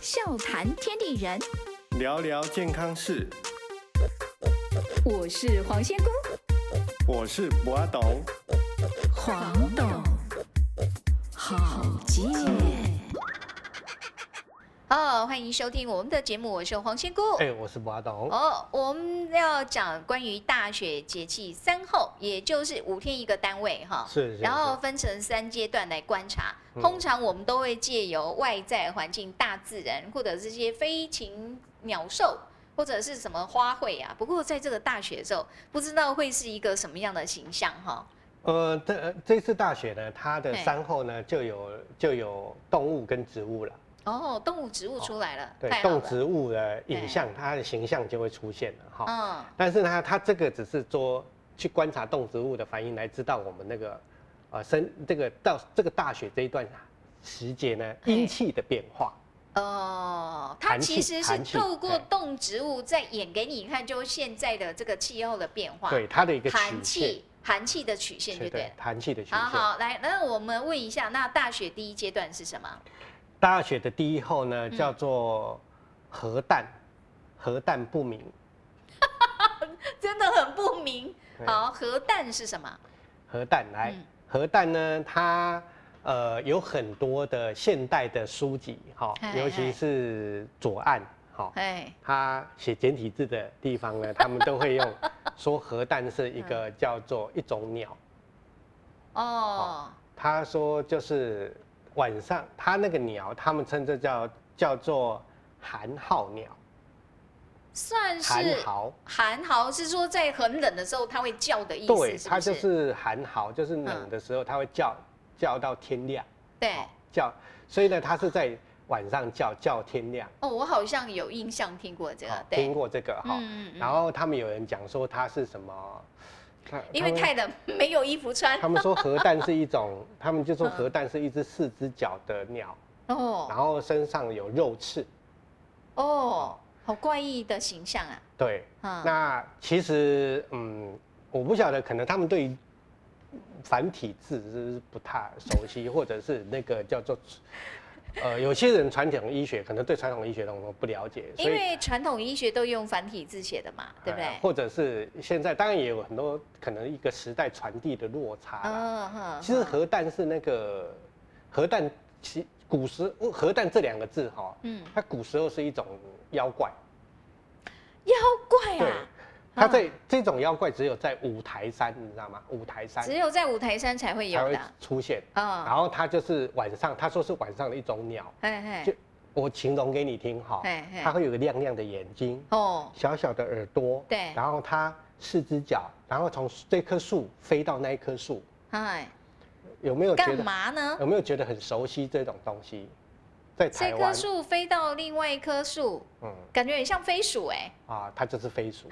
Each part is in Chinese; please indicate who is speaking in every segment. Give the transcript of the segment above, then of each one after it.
Speaker 1: 笑谈天地人，
Speaker 2: 聊聊健康事，
Speaker 1: 我是黄仙姑
Speaker 2: 我是博阿董。
Speaker 1: 黄董，好贱。
Speaker 3: 哦，欢迎收听我们的节目，我是黄仙姑。
Speaker 4: 哎、我是八董。
Speaker 3: 哦，我们要讲关于大雪节气三候，也就是五天一个单位哈。
Speaker 4: 是是
Speaker 3: 然后
Speaker 4: 是
Speaker 3: 分成三阶段来观察，
Speaker 4: 嗯
Speaker 3: 通常我们都会借由外在环境、大自然或者这些飞禽鸟兽。或者是什么花卉啊？不过在这个大雪的时候，不知道会是一个什么样的形象哈。
Speaker 4: 呃，这呃这次大雪呢，它的
Speaker 3: 对
Speaker 4: 山后呢就有就有动物跟植物了，
Speaker 3: 哦，动物植物出来了，
Speaker 4: 对，
Speaker 3: 太好
Speaker 4: 动
Speaker 3: 了。
Speaker 4: 植物的
Speaker 3: 对
Speaker 4: 影像，它的形象就会出现了哈。
Speaker 3: 嗯，
Speaker 4: 但是呢，它这个只是说去观察动植物的反应来知道我们那个呃生这个到这个大雪这一段时节呢
Speaker 3: 嘿
Speaker 4: 阴气的变化。
Speaker 3: 哦，它
Speaker 4: 寒
Speaker 3: 其
Speaker 4: 气
Speaker 3: 实是
Speaker 4: 寒气
Speaker 3: 透过
Speaker 4: 对
Speaker 3: 动植物在演给你看，就是现在的这个气候的变化，
Speaker 4: 对，它的一个
Speaker 3: 寒
Speaker 4: 曲线
Speaker 3: 气、寒气的曲线，对不对？
Speaker 4: 寒气的曲
Speaker 3: 好
Speaker 4: 线。
Speaker 3: 好，来，那我们问一下，那大雪第一阶段是什么？
Speaker 4: 大雪的第一候呢，
Speaker 3: 嗯
Speaker 4: 叫做核弹，核弹不明。
Speaker 3: 真的很不明。
Speaker 4: 对
Speaker 3: 好，核弹是什么？
Speaker 4: 核弹来
Speaker 3: 嗯，
Speaker 4: 核弹呢，它呃有很多的现代的书籍，哈
Speaker 3: 嗨，
Speaker 4: 尤其是左岸，哈，
Speaker 3: 哎，
Speaker 4: 他写简体字的地方 呢，他们都会用说核弹是一个叫做一种鸟，
Speaker 3: 哦，
Speaker 4: 他说就是晚上他那个鸟，他们称这叫叫做寒号鸟，
Speaker 3: 算
Speaker 4: 寒
Speaker 3: 是
Speaker 4: 号。
Speaker 3: 寒号，是说在很冷的时候它会叫的意思，
Speaker 4: 对，
Speaker 3: 是嗯
Speaker 4: 它
Speaker 3: 不？
Speaker 4: 就是是寒号，就是冷的时候，它会叫叫到天亮，
Speaker 3: 对。
Speaker 4: 叫，所以呢，它是在晚上叫叫天亮。
Speaker 3: 哦，我好像有印象听过这
Speaker 4: 好
Speaker 3: 个，对
Speaker 4: 听，过这个哈
Speaker 3: 嗯嗯嗯。
Speaker 4: 然后他们有人讲说它是什么，他
Speaker 3: 因为
Speaker 4: 他们
Speaker 3: 太冷， 没有衣服穿。
Speaker 4: 他们说核弹是一 种，他们就说
Speaker 3: 嗯
Speaker 4: 核弹是一只四只脚的鸟，然
Speaker 3: 哦
Speaker 4: 后身上有肉翅。
Speaker 3: 哦，好怪异的形象啊！
Speaker 4: 对，
Speaker 3: 嗯
Speaker 4: 那其实嗯，我不晓得，可能他们对于繁体字是不太熟悉，或者是那个叫做呃，有些人传统医学可能对传统医学东西不了解，
Speaker 3: 因为传统医学都用繁体字写的嘛，对不
Speaker 4: 呃
Speaker 3: 对？
Speaker 4: 或者是现在当然也有很多可能一个时代传递的落差啦。
Speaker 3: 嗯哼
Speaker 4: 其实
Speaker 3: 哼
Speaker 4: 核弹是那个核弹，其古时呃核弹这两个字哈、
Speaker 3: 嗯
Speaker 4: 它古时候是一种妖怪，
Speaker 3: 妖怪
Speaker 4: 对
Speaker 3: 啊，，
Speaker 4: 它在、这种妖怪只有在五台山，你知道吗？五台山
Speaker 3: 只有在五台山才会
Speaker 4: 才
Speaker 3: 有
Speaker 4: 会
Speaker 3: 的啊。
Speaker 4: 出现。然
Speaker 3: 嗯，
Speaker 4: 后它就是晚上，他说是晚上的一种鸟，
Speaker 3: 嘿
Speaker 4: 就
Speaker 3: 嘿，
Speaker 4: 我形容给你听哈、
Speaker 3: 嘿嘿
Speaker 4: 它会有个亮亮的眼睛，
Speaker 3: 哦，
Speaker 4: 小小的耳朵，
Speaker 3: 对
Speaker 4: 然后它四只脚，然后从这棵树飞到那一棵树，
Speaker 3: 哎，
Speaker 4: 有没有觉
Speaker 3: 干
Speaker 4: 得
Speaker 3: 嘛呢？
Speaker 4: 有没有觉得很熟悉这种东西？在
Speaker 3: 这
Speaker 4: 台
Speaker 3: 棵
Speaker 4: 湾，
Speaker 3: 树飞到另外一棵树，
Speaker 4: 嗯
Speaker 3: 感觉很像飞鼠哎。
Speaker 4: 啊，它就是飞鼠，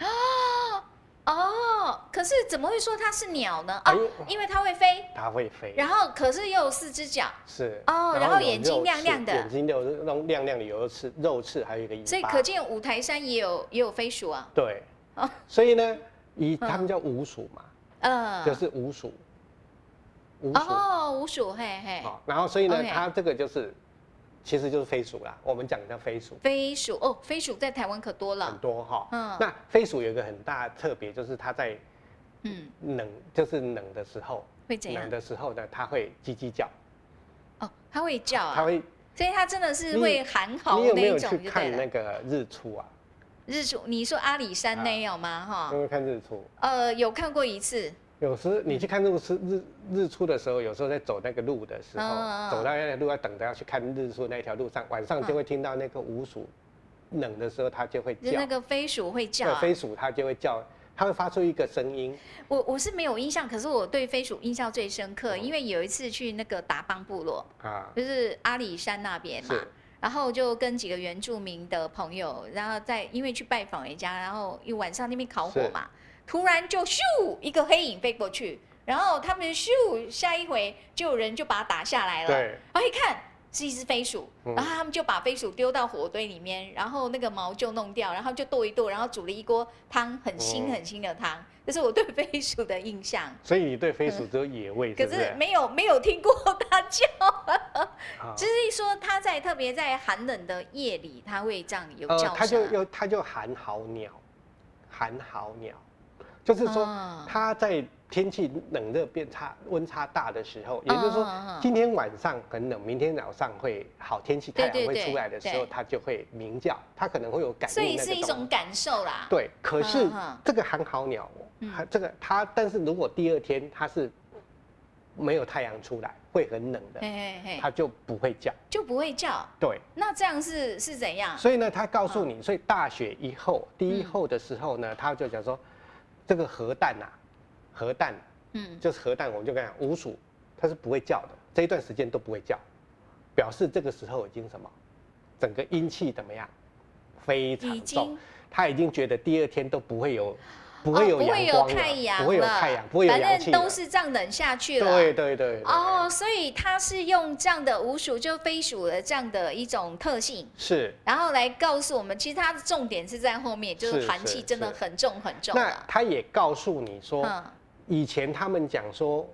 Speaker 3: 哦，可是怎么会说它是鸟呢？
Speaker 4: 哎
Speaker 3: 哦
Speaker 4: 呦，
Speaker 3: 因为它会飞，
Speaker 4: 它会飞，
Speaker 3: 然后可是又有四只脚，
Speaker 4: 是
Speaker 3: 哦然后
Speaker 4: 有
Speaker 3: 眼睛
Speaker 4: 肉
Speaker 3: 亮
Speaker 4: 翅
Speaker 3: 亮的
Speaker 4: 眼睛有那种亮亮的有肉翅，肉翅还有一个尾巴，
Speaker 3: 所以可见五台山也有也有飞鼠啊。
Speaker 4: 对
Speaker 3: 哦，
Speaker 4: 所以呢，以他们叫五鼠嘛，
Speaker 3: 嗯，
Speaker 4: 就是五鼠，五鼠，
Speaker 3: 哦，五鼠，嘿嘿，
Speaker 4: 好，然后所以呢，
Speaker 3: OK
Speaker 4: 它这个就是，其实就是飞鼠啦，我们讲叫飞鼠。
Speaker 3: 飞鼠哦，飞鼠在台湾可多
Speaker 4: 很
Speaker 3: 了，
Speaker 4: 多哈、
Speaker 3: 嗯
Speaker 4: 那飞鼠有一个很大的特别，就是它在
Speaker 3: 嗯，
Speaker 4: 冷，就是冷的时候，
Speaker 3: 会怎样
Speaker 4: 冷？的时候呢，它会叽叽叫，
Speaker 3: 哦，它会叫
Speaker 4: 它
Speaker 3: 啊，
Speaker 4: 会。
Speaker 3: 所以它真的是会喊好
Speaker 4: 你有没
Speaker 3: 那
Speaker 4: 有
Speaker 3: 一
Speaker 4: 去
Speaker 3: 种，就对
Speaker 4: 看那
Speaker 3: 了。
Speaker 4: 个日出啊？
Speaker 3: 日出，你说阿里山那有吗？
Speaker 4: 有
Speaker 3: 哈，
Speaker 4: 没有看日出？
Speaker 3: 呃，有看过一次，
Speaker 4: 有时你去看日出日日出的时候，有时候在走那个路的时
Speaker 3: 嗯
Speaker 4: 候，
Speaker 3: 嗯嗯
Speaker 4: 走到那条路要等着要去看日出那条路上，晚上就会听到那个鼯鼠，冷的时候它就会
Speaker 3: 就
Speaker 4: 叫，
Speaker 3: 那个飞鼠会叫
Speaker 4: 对
Speaker 3: 啊。
Speaker 4: 飞鼠它就会叫，它会发出一个声音，
Speaker 3: 我我是没有印象，可是我对飞鼠印象最深刻，
Speaker 4: 嗯
Speaker 3: 因为有一次去那个达邦部落，
Speaker 4: 啊，
Speaker 3: 就是阿里山那边嘛
Speaker 4: 是，
Speaker 3: 然后就跟几个原住民的朋友，然后在因为去拜访人家，然后一晚上那边烤火嘛，突然就咻一个黑影飞过去，然后他们咻下一回就有人就把它打下来了，
Speaker 4: 对
Speaker 3: 然后一看是一只飞鼠，
Speaker 4: 嗯
Speaker 3: 然后他们就把飞鼠丢到火堆里面，然后那个毛就弄掉，然后就剁一剁，然后煮了一锅汤，很腥
Speaker 4: 嗯
Speaker 3: 很腥的汤，这是我对飞鼠的印象。
Speaker 4: 所以你对飞鼠只有野味，
Speaker 3: 可
Speaker 4: 是不
Speaker 3: 是
Speaker 4: 是？
Speaker 3: 没有没有听过它叫，
Speaker 4: 啊
Speaker 3: 就是说它在特别在寒冷的夜里，它会让你有叫声啊、
Speaker 4: 呃它就又它就含好鸟，含好鸟，就是说
Speaker 3: 哦
Speaker 4: 它在天气冷热变差、温差大的时候，也就是
Speaker 3: 嗯嗯嗯
Speaker 4: 说
Speaker 3: 嗯
Speaker 4: 今天晚上很冷，明天早上会好天气，太
Speaker 3: 对对
Speaker 4: 阳会
Speaker 3: 对
Speaker 4: 出来的时候，
Speaker 3: 对
Speaker 4: 它就会鸣叫，它可能会有感
Speaker 3: 所
Speaker 4: 应
Speaker 3: 以
Speaker 4: 那
Speaker 3: 是一
Speaker 4: 个
Speaker 3: 种
Speaker 4: 东西。
Speaker 3: 感受啦。，
Speaker 4: 对，可是
Speaker 3: 嗯嗯
Speaker 4: 这个含好鸟
Speaker 3: 嗯，
Speaker 4: 它这个它，但是如果第二天它是没有太阳出来，会很冷的，
Speaker 3: 嘿嘿
Speaker 4: 它
Speaker 3: 嘿，
Speaker 4: 就不会叫。
Speaker 3: 就不会叫。
Speaker 4: 对，
Speaker 3: 那这样是是怎样？
Speaker 4: 所以呢，他告诉
Speaker 3: 啊
Speaker 4: 你，所以大雪以后，第一后的时候
Speaker 3: 嗯
Speaker 4: 呢，他就讲说，这个核弹呐、核弹
Speaker 3: 嗯，
Speaker 4: 就是核弹，我们就跟他讲五鼠，它是不会叫的，这一段时间都不会叫，表示这个时候已经什么，整个阴气怎么样，非
Speaker 3: 已
Speaker 4: 常重
Speaker 3: 经，
Speaker 4: 他已经觉得第二天都不会有，不
Speaker 3: 不
Speaker 4: 会有
Speaker 3: 哦不会
Speaker 4: 阳
Speaker 3: 有
Speaker 4: 光了
Speaker 3: 太阳了，
Speaker 4: 不会有太阳，不会有阳
Speaker 3: 反
Speaker 4: 气
Speaker 3: 正
Speaker 4: 了，
Speaker 3: 都是这样冷下去了。
Speaker 4: 对对对对，
Speaker 3: 哦，所以它是用这样的无鼠就飞鼠的这样的一种特性，
Speaker 4: 是。
Speaker 3: 然后来告诉我们，其实它的重点是在后面，就是
Speaker 4: 是
Speaker 3: 寒气
Speaker 4: 是
Speaker 3: 真的
Speaker 4: 是
Speaker 3: 很重很重啊
Speaker 4: 那
Speaker 3: 了。
Speaker 4: 他也告诉你说，
Speaker 3: 嗯
Speaker 4: 以前他们讲说，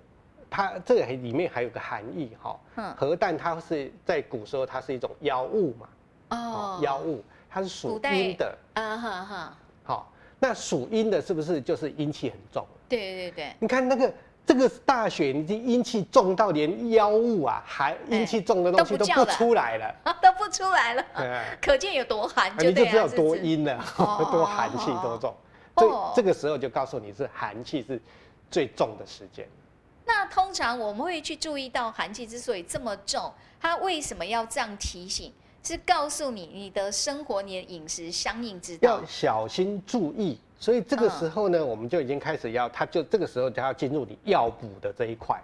Speaker 4: 它这个里面还有个含义哈、
Speaker 3: 嗯
Speaker 4: 核弹它是在古时候它是一种妖物嘛，哦
Speaker 3: 哦，，
Speaker 4: 妖物，它是
Speaker 3: 古
Speaker 4: 属
Speaker 3: 代
Speaker 4: 阴的，
Speaker 3: 啊哈哈，
Speaker 4: 好、那属阴的是不是就是阴气很重？
Speaker 3: 对对对，
Speaker 4: 你看那个这个大雪，已经阴气重到连妖物啊，还
Speaker 3: 哎
Speaker 4: 阴气重的东西
Speaker 3: 都
Speaker 4: 都
Speaker 3: 不叫
Speaker 4: 不
Speaker 3: 了
Speaker 4: 出来了，
Speaker 3: 都不出来了，
Speaker 4: 哎
Speaker 3: 可见有多寒，
Speaker 4: 你
Speaker 3: 就
Speaker 4: 就
Speaker 3: 对啊
Speaker 4: 知道
Speaker 3: 了，是不
Speaker 4: 多
Speaker 3: 是
Speaker 4: 阴了，
Speaker 3: 哦
Speaker 4: 多寒气多重。
Speaker 3: 哦
Speaker 4: 这这个时候就告诉你是寒气是最重的时间。
Speaker 3: 那通常我们会去注意到寒气之所以这么重，它为什么要这样提醒？是告诉你你的生活、你的饮食相应之道
Speaker 4: 要。小心注意。所以这个
Speaker 3: 嗯
Speaker 4: 时候呢，我们就已经开始要，他就这个时候就要进入你药补的这一块。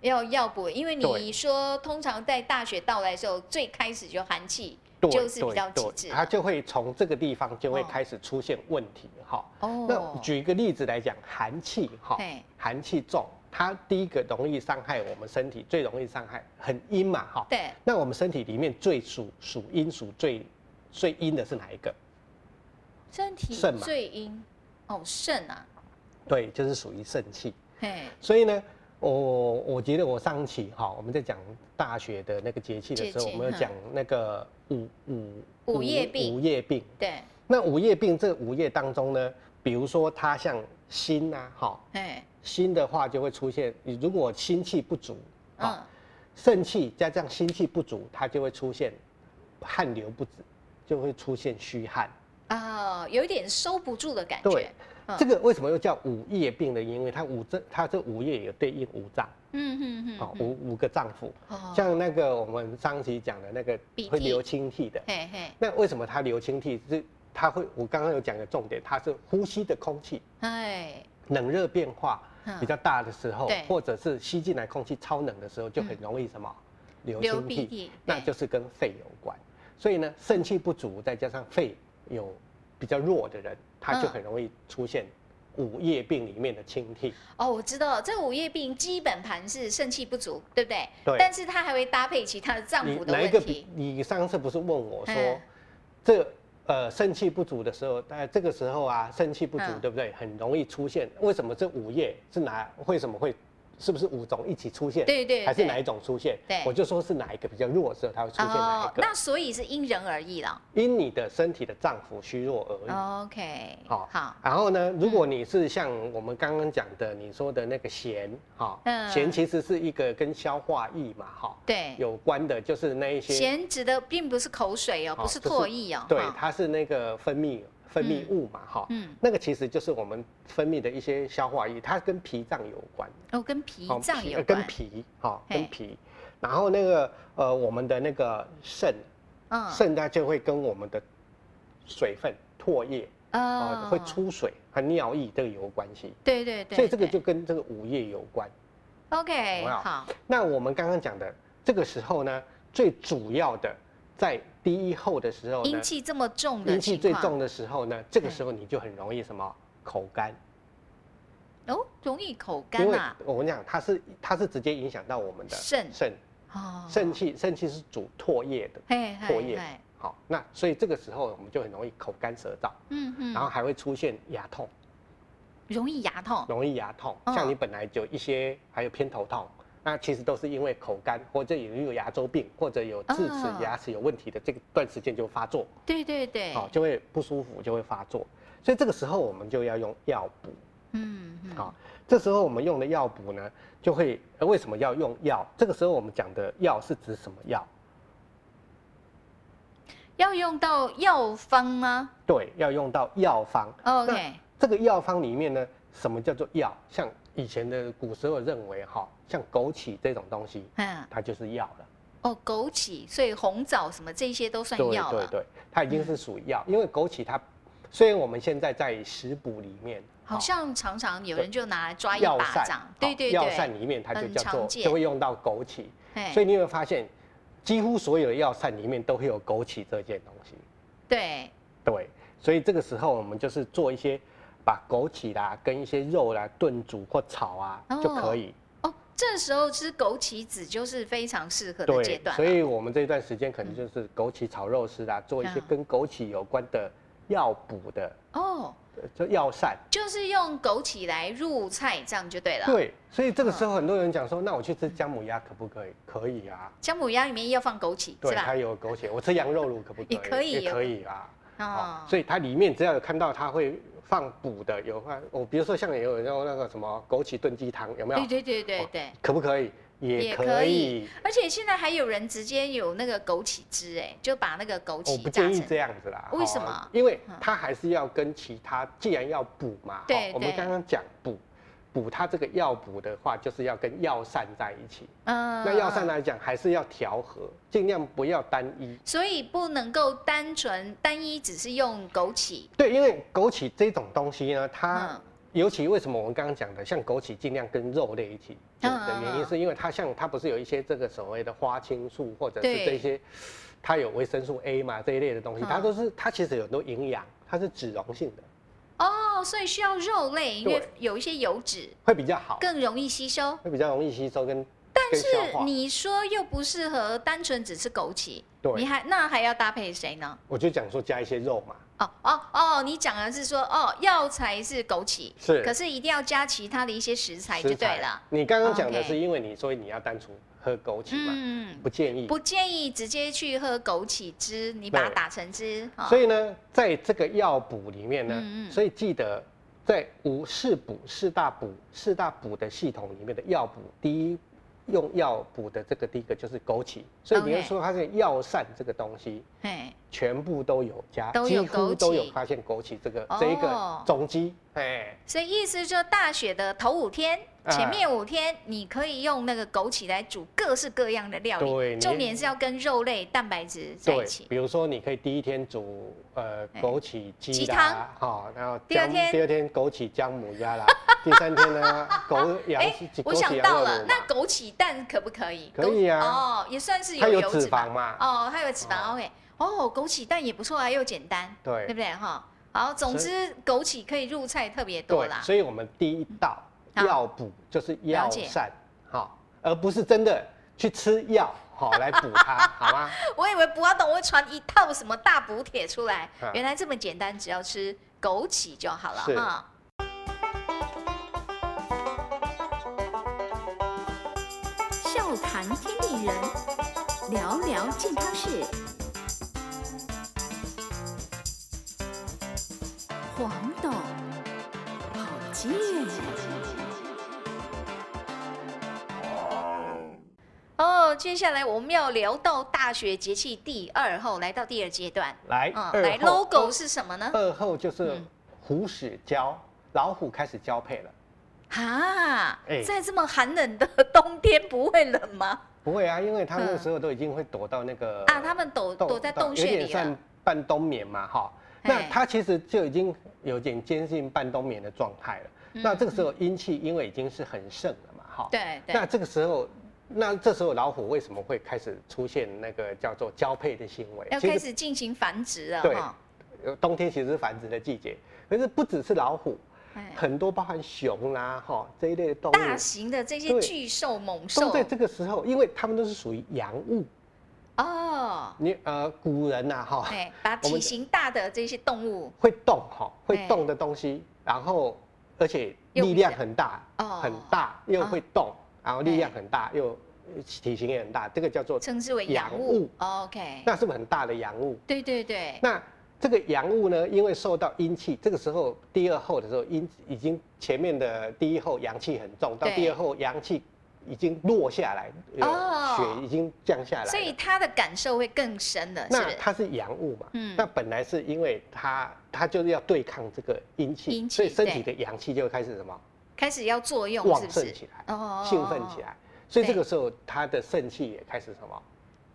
Speaker 3: 要要补，因为你
Speaker 4: 对
Speaker 3: 说通常在大雪到来的时候，最开始就寒气
Speaker 4: 对
Speaker 3: 就是比
Speaker 4: 对啊
Speaker 3: 较极
Speaker 4: 对
Speaker 3: 致。
Speaker 4: 它就会从这个地方就会
Speaker 3: 哦
Speaker 4: 开始出现问题哈。
Speaker 3: 哦
Speaker 4: 那举一个例子来讲，寒气哈
Speaker 3: 嘿，
Speaker 4: 寒气重，它第一个容易伤害我们身体，最容易伤害很阴嘛哈。
Speaker 3: 对
Speaker 4: 那我们身体里面最属属阴属最最阴的是哪一个？
Speaker 3: 身体
Speaker 4: 肾嘛
Speaker 3: 最阴哦，肾啊，
Speaker 4: 对，就是属于肾气。
Speaker 3: 嘿，
Speaker 4: 所以呢，我我觉得我上期哈，我们在讲大学的那个节气的时候，
Speaker 3: 节气
Speaker 4: 我们有讲那个五五
Speaker 3: 午夜病
Speaker 4: 午夜病。
Speaker 3: 对，
Speaker 4: 那午夜病这午夜当中呢，比如说它像心啊，哈，
Speaker 3: 嘿，
Speaker 4: 心的话就会出现，你如果心气不足，
Speaker 3: 嗯
Speaker 4: 啊，，肾气加上心气不足，它就会出现汗流不止，就会出现虚汗。
Speaker 3: 啊、有一点收不住的感
Speaker 4: 对
Speaker 3: 觉。嗯，
Speaker 4: 这个为什么又叫午夜病呢？因为它五脏，它这午夜有对应五脏，
Speaker 3: 嗯嗯嗯，
Speaker 4: 啊，
Speaker 3: 嗯
Speaker 4: 五五个脏腑。
Speaker 3: 哦
Speaker 4: 像那个我们上期讲的那个
Speaker 3: 鼻涕
Speaker 4: 会流清涕的，
Speaker 3: 嘿嘿，
Speaker 4: 那为什么它流清涕？是它会，我刚刚有讲的重点，它是呼吸的空气
Speaker 3: 哎，
Speaker 4: 冷热变化
Speaker 3: 嗯
Speaker 4: 比较大的时候
Speaker 3: 对，嗯
Speaker 4: 或者是吸进来空气超冷的时候，就很容易什么流
Speaker 3: 流
Speaker 4: 清
Speaker 3: 鼻涕
Speaker 4: 涕，那
Speaker 3: 对
Speaker 4: 就是跟肺有关。所以呢，肾气不足，再加上肺有比较弱的人，他
Speaker 3: 嗯
Speaker 4: 就很容易出现午夜病里面的清涕。
Speaker 3: 哦，我知道这午夜病基本盘是肾气不足，对不对？
Speaker 4: 对
Speaker 3: 但是它还会搭配其他的脏
Speaker 4: 你
Speaker 3: 腑的
Speaker 4: 哪一
Speaker 3: 问
Speaker 4: 个比
Speaker 3: 题？。
Speaker 4: 你上次不是问我说
Speaker 3: 嗯，
Speaker 4: 这呃肾气不足的时候，呃这个时候啊肾气不足，
Speaker 3: 嗯
Speaker 4: 对不对？很容易出现。为什么这五叶是哪？为什么会？是不是五种一起出现？
Speaker 3: 对对
Speaker 4: 还是
Speaker 3: 对
Speaker 4: 哪一种出现？
Speaker 3: 对
Speaker 4: 我就说是哪一个比较弱的时候，它会出现哪一个？
Speaker 3: 哦那所以是因人而异了。
Speaker 4: 因你的身体的脏腑虚弱而已。
Speaker 3: 哦 OK，好，
Speaker 4: 然后呢，如
Speaker 3: 嗯
Speaker 4: 果你是像我们刚刚讲的，你说的那个咸，哈、
Speaker 3: 嗯
Speaker 4: 咸其实是一个跟消化液嘛，哈、
Speaker 3: 对，
Speaker 4: 有关的，就是那一些
Speaker 3: 咸指的并不是口水哦，
Speaker 4: 好
Speaker 3: 不是
Speaker 4: 就是
Speaker 3: 唾液哦，
Speaker 4: 对
Speaker 3: 哈，
Speaker 4: 它是那个分泌分泌物嘛，哈、
Speaker 3: 嗯
Speaker 4: 那个其实就是我们分泌的一些消化液，它跟脾脏有关，
Speaker 3: 哦，跟脾
Speaker 4: 好
Speaker 3: 脏
Speaker 4: 脾
Speaker 3: 有
Speaker 4: 呃
Speaker 3: 关，
Speaker 4: 跟脾，哈、
Speaker 3: 嘿
Speaker 4: 跟脾，然后那个呃，我们的那个肾，
Speaker 3: 嗯
Speaker 4: 肾它就会跟我们的水分、唾液啊、
Speaker 3: 啊
Speaker 4: 会，出水和尿液这个有关系，
Speaker 3: 对对对，
Speaker 4: 所以这个
Speaker 3: 对
Speaker 4: 就跟这个午夜有关。
Speaker 3: OK，
Speaker 4: 有没有
Speaker 3: 好，
Speaker 4: 那我们刚刚讲的这个时候呢，最主要的在第一后的时候呢
Speaker 3: 阴，气这么重的
Speaker 4: 阴气
Speaker 3: 情
Speaker 4: 最
Speaker 3: 况，
Speaker 4: 重的时候呢，这个时候你就很容易什么口干，
Speaker 3: 哦，容易口干
Speaker 4: 因为
Speaker 3: 啊，
Speaker 4: 我跟你讲，它是它是直接影响到我们的
Speaker 3: 肾
Speaker 4: 肾
Speaker 3: 哦，
Speaker 4: 肾，气，肾气是主唾液的，
Speaker 3: 嘿，
Speaker 4: 唾
Speaker 3: 嘿，
Speaker 4: 液
Speaker 3: 嘿，
Speaker 4: 好，那所以这个时候我们就很容易口干舌燥，
Speaker 3: 嗯
Speaker 4: 然后
Speaker 3: 嗯，
Speaker 4: 还会出现牙痛，
Speaker 3: 容易牙痛，
Speaker 4: 容易牙痛，
Speaker 3: 嗯
Speaker 4: 像你本来就一些还有偏头痛，那其实都是因为口干，或者有有牙周病，或者有智齿
Speaker 3: 哦、
Speaker 4: 牙齿有问题的这个段时间就发作，
Speaker 3: 对对对，
Speaker 4: 好、就会不舒服，就会发作。所以这个时候我们就要用药补。
Speaker 3: 嗯，嗯
Speaker 4: 好，这时候我们用的药补呢，就会呃为什么要用药？这个时候我们讲的药是指什么药？
Speaker 3: 要用到药方吗
Speaker 4: 对，要用到药方。
Speaker 3: ？OK，
Speaker 4: 这个药方里面呢，什么叫做药？像以前的古时候认为哈，像枸杞这种东西，
Speaker 3: 嗯，
Speaker 4: 它就是药了。
Speaker 3: 哦，枸杞，所以红枣什么这些都算
Speaker 4: 对
Speaker 3: 药
Speaker 4: 对
Speaker 3: 了。
Speaker 4: 对，它已经是属于药，因为枸杞它虽然我们现在在食补里面，
Speaker 3: 好像常常有人就拿来抓
Speaker 4: 好
Speaker 3: 一
Speaker 4: 药
Speaker 3: 巴
Speaker 4: 膳
Speaker 3: 掌，，
Speaker 4: 好
Speaker 3: 对对
Speaker 4: 药膳
Speaker 3: 对，
Speaker 4: 里面它就
Speaker 3: 很
Speaker 4: 叫做
Speaker 3: 常见哎
Speaker 4: 就会用到枸杞，
Speaker 3: 嘿
Speaker 4: 所以你会发现，几乎所有的药膳里面都会有枸杞这件东西。
Speaker 3: 对，
Speaker 4: 对，所以这个时候我们就是做一些把枸杞啦跟一些肉啦炖煮或炒啊、
Speaker 3: 哦
Speaker 4: 就可以。
Speaker 3: 哦，这时候吃枸杞子就是非常适合的阶
Speaker 4: 对，
Speaker 3: 段啊
Speaker 4: 所
Speaker 3: 了。
Speaker 4: 以我们这一段时间可能就是枸杞炒肉丝啦，做一些
Speaker 3: 嗯
Speaker 4: 跟枸杞有关的药补的，
Speaker 3: 哦，
Speaker 4: 呃就药膳。
Speaker 3: 就是用枸杞来入菜，这样就对了。，
Speaker 4: 对，所以这个时
Speaker 3: 嗯
Speaker 4: 候很多人讲说，那我去吃姜母鸭可不可以？可以啊，
Speaker 3: 姜母鸭里面要放枸杞
Speaker 4: 对，
Speaker 3: 是
Speaker 4: 它
Speaker 3: 吧？
Speaker 4: 有枸杞。我吃羊肉炉可不可以？
Speaker 3: 也可以
Speaker 4: 也可以啊。哦
Speaker 3: 哦，，
Speaker 4: 所以它里面只要有看到它会放补的，有放我比如说像有有那个什么枸杞炖鸡汤，有没有
Speaker 3: 对？对对对对，
Speaker 4: 可不可以？
Speaker 3: 也
Speaker 4: 也
Speaker 3: 可
Speaker 4: 可
Speaker 3: 以
Speaker 4: 以，
Speaker 3: 而且现在还有人直接有那个枸杞汁，哎，就把那个枸
Speaker 4: 我
Speaker 3: 杞
Speaker 4: 哦不
Speaker 3: 榨
Speaker 4: 建议
Speaker 3: 成
Speaker 4: 这样子啦。
Speaker 3: 为
Speaker 4: 哦
Speaker 3: 什么
Speaker 4: 因为
Speaker 3: 嗯
Speaker 4: 它还是要跟其他，既然要补嘛，
Speaker 3: 对
Speaker 4: 哦我们
Speaker 3: 对
Speaker 4: 刚刚讲补，补它这个药补的话，就是要跟药膳在一起。
Speaker 3: 嗯
Speaker 4: 那药膳
Speaker 3: 呢？
Speaker 4: 来讲，还是要调和，尽量不要单一。
Speaker 3: 所以不能够单纯单一只是用枸杞，
Speaker 4: 对，因为枸杞这种东西呢，它
Speaker 3: 嗯，
Speaker 4: 尤其为什么我们刚刚讲的，像枸杞尽量跟肉类一起煮
Speaker 3: 嗯
Speaker 4: 的
Speaker 3: 嗯
Speaker 4: 原因，
Speaker 3: 嗯
Speaker 4: 是因为它像它不是有一些这个所谓的花青素或者
Speaker 3: 对
Speaker 4: 是这些，它有维生素 A 嘛这一类的东西，
Speaker 3: 嗯
Speaker 4: 它都是它其实有很多营养，它是脂溶性的，
Speaker 3: 哦，所以需要肉类，因为
Speaker 4: 对
Speaker 3: 有一些油脂
Speaker 4: 会比较好，
Speaker 3: 更容易吸收。
Speaker 4: 会比较容易吸收跟跟消
Speaker 3: 是
Speaker 4: 化。
Speaker 3: 你说又不适合单纯只吃枸杞，你
Speaker 4: 对，
Speaker 3: 还那还要搭配谁呢？
Speaker 4: 我就讲说加一些肉嘛，
Speaker 3: 哦哦哦，你讲的是说哦，药材是枸杞，
Speaker 4: 是
Speaker 3: 可是一定要加其他的一些食材就
Speaker 4: 食
Speaker 3: 对
Speaker 4: 材
Speaker 3: 了。。哦
Speaker 4: 你刚刚讲的
Speaker 3: OK
Speaker 4: 是因为你所以你要单纯喝枸杞嘛，
Speaker 3: 嗯，
Speaker 4: 不建议。
Speaker 3: 不建议直接去喝枸杞汁，你把它
Speaker 4: 对
Speaker 3: 打成汁。哦
Speaker 4: 所以呢，在这个药补里面呢，
Speaker 3: 嗯嗯
Speaker 4: 所以记得在五四补四大补四大补的系统里面的药补，第一用药补的这个第一个就是枸杞，所以你会
Speaker 3: OK
Speaker 4: 说它是药膳这个东西
Speaker 3: 嘿，
Speaker 4: 全部都有加，
Speaker 3: 都
Speaker 4: 几
Speaker 3: 有哦枸
Speaker 4: 乎
Speaker 3: 杞
Speaker 4: 都有发现枸杞这个、
Speaker 3: 哦
Speaker 4: 这一个种基，哎，
Speaker 3: 所以意思就是大雪的头五天，
Speaker 4: 哎
Speaker 3: 前面五天你可以用那个枸杞来煮各式各样的料
Speaker 4: 对
Speaker 3: 理，
Speaker 4: 你
Speaker 3: 重点是要跟肉类、蛋白质在
Speaker 4: 对
Speaker 3: 一，起。
Speaker 4: 比如说你可以第一天煮呃
Speaker 3: 哎
Speaker 4: 枸杞鸡
Speaker 3: 鸡
Speaker 4: 啦，好，然后
Speaker 3: 第二
Speaker 4: 姜
Speaker 3: 天
Speaker 4: 第二天枸杞姜母鸭啦，第三天呢枸 羊
Speaker 3: 哎我
Speaker 4: 枸
Speaker 3: 想
Speaker 4: 杞羊
Speaker 3: 到
Speaker 4: 肉
Speaker 3: 了
Speaker 4: 卤，嘛
Speaker 3: 那。枸杞蛋可不可以？
Speaker 4: 可以啊
Speaker 3: 枸哦，也算是
Speaker 4: 它
Speaker 3: 有
Speaker 4: 有
Speaker 3: 油
Speaker 4: 脂肪嘛
Speaker 3: 哦，它有脂肪
Speaker 4: 哦
Speaker 3: ，OK。哦，枸杞蛋也不错啊，又简单，
Speaker 4: 对
Speaker 3: 对不对哈？好，总之枸杞可以入菜特别多
Speaker 4: 对，
Speaker 3: 啦。
Speaker 4: 所以我们第一道
Speaker 3: 好
Speaker 4: 药补就是药
Speaker 3: 了解
Speaker 4: 膳，好，而不是真的去吃药好来补它，好 吗？
Speaker 3: 我以为补阿董会传一套什么大补帖出来
Speaker 4: 啊，
Speaker 3: 原来这么简单，只要吃枸杞就好了
Speaker 4: 是
Speaker 3: 哈。
Speaker 1: 笑谈天地人，聊聊健康事。黄董，好健
Speaker 3: 哦，接下来我们要聊到大学节气第二后，来到第二阶段。
Speaker 4: 来，
Speaker 3: 嗯，
Speaker 4: 哎二
Speaker 3: 来
Speaker 4: 后
Speaker 3: logo 是什么呢？
Speaker 4: 二后就是
Speaker 3: 嗯
Speaker 4: 虎始交，老虎开始交配了。
Speaker 3: 啊
Speaker 4: 哎，
Speaker 3: 在这么寒冷的冬天不会冷吗？
Speaker 4: 不会啊，因为它那
Speaker 3: 嗯
Speaker 4: 时候都已经会躲到那个
Speaker 3: 啊，他们躲躲在洞
Speaker 4: 呃有
Speaker 3: 穴
Speaker 4: 点
Speaker 3: 里啊了
Speaker 4: 算。半冬眠嘛，哈。那
Speaker 3: 哎
Speaker 4: 它其实就已经有点接近半冬眠的状态了。
Speaker 3: 嗯
Speaker 4: 那这个时候阴气因为已经是很盛了嘛，哈。
Speaker 3: 对对
Speaker 4: 那这个时候，那这时候老虎为什么会开始出现那个叫做交配的行为？
Speaker 3: 要
Speaker 4: 其
Speaker 3: 开
Speaker 4: 实
Speaker 3: 始进行繁殖了
Speaker 4: 对
Speaker 3: 哈。
Speaker 4: 呃冬天其实是繁殖的季节，可是不只是老虎，
Speaker 3: 哎
Speaker 4: 很多包含熊啦、哈这一类的动
Speaker 3: 大
Speaker 4: 物，
Speaker 3: 型的这些
Speaker 4: 对
Speaker 3: 巨兽猛
Speaker 4: 都
Speaker 3: 兽
Speaker 4: 在这个时候，因为它们都是属于阳物。
Speaker 3: 哦，
Speaker 4: 你呃，古人呐、哈，
Speaker 3: 哎，把
Speaker 4: 我
Speaker 3: 体
Speaker 4: 们
Speaker 3: 型大的这些动物
Speaker 4: 会动哈，会
Speaker 3: 哎
Speaker 4: 动的东西，然后而且
Speaker 3: 又比
Speaker 4: 力量
Speaker 3: 较
Speaker 4: 很大
Speaker 3: 哦，
Speaker 4: 很大又会动。然后力量很大，又体型也很大，这个叫做
Speaker 3: 称之为
Speaker 4: 养
Speaker 3: 养物
Speaker 4: 物。
Speaker 3: OK，
Speaker 4: 那是不是很大的洋物？
Speaker 3: 对对对，
Speaker 4: 那这个阳物呢，因为受到阴气，这个时候第二候的时候，阴已经前面的第一候阳气很重，到
Speaker 3: 对
Speaker 4: 第二候阳气已经落下来，
Speaker 3: 哦
Speaker 4: 有血已经降下来了，
Speaker 3: 所以他的感受会更深了，是不
Speaker 4: 那
Speaker 3: 是？
Speaker 4: 它是阳物嘛？
Speaker 3: 嗯
Speaker 4: 那本来是因为它它就是要对抗这个阴气
Speaker 3: 阴，气
Speaker 4: 所以身体的阳气就会开始什么
Speaker 3: 开始要作用，
Speaker 4: 旺
Speaker 3: 是不
Speaker 4: 盛
Speaker 3: 是？
Speaker 4: 起来，
Speaker 3: 哦
Speaker 4: 兴奋起，来，所以
Speaker 3: 对
Speaker 4: 这个时候它的肾气也开始什么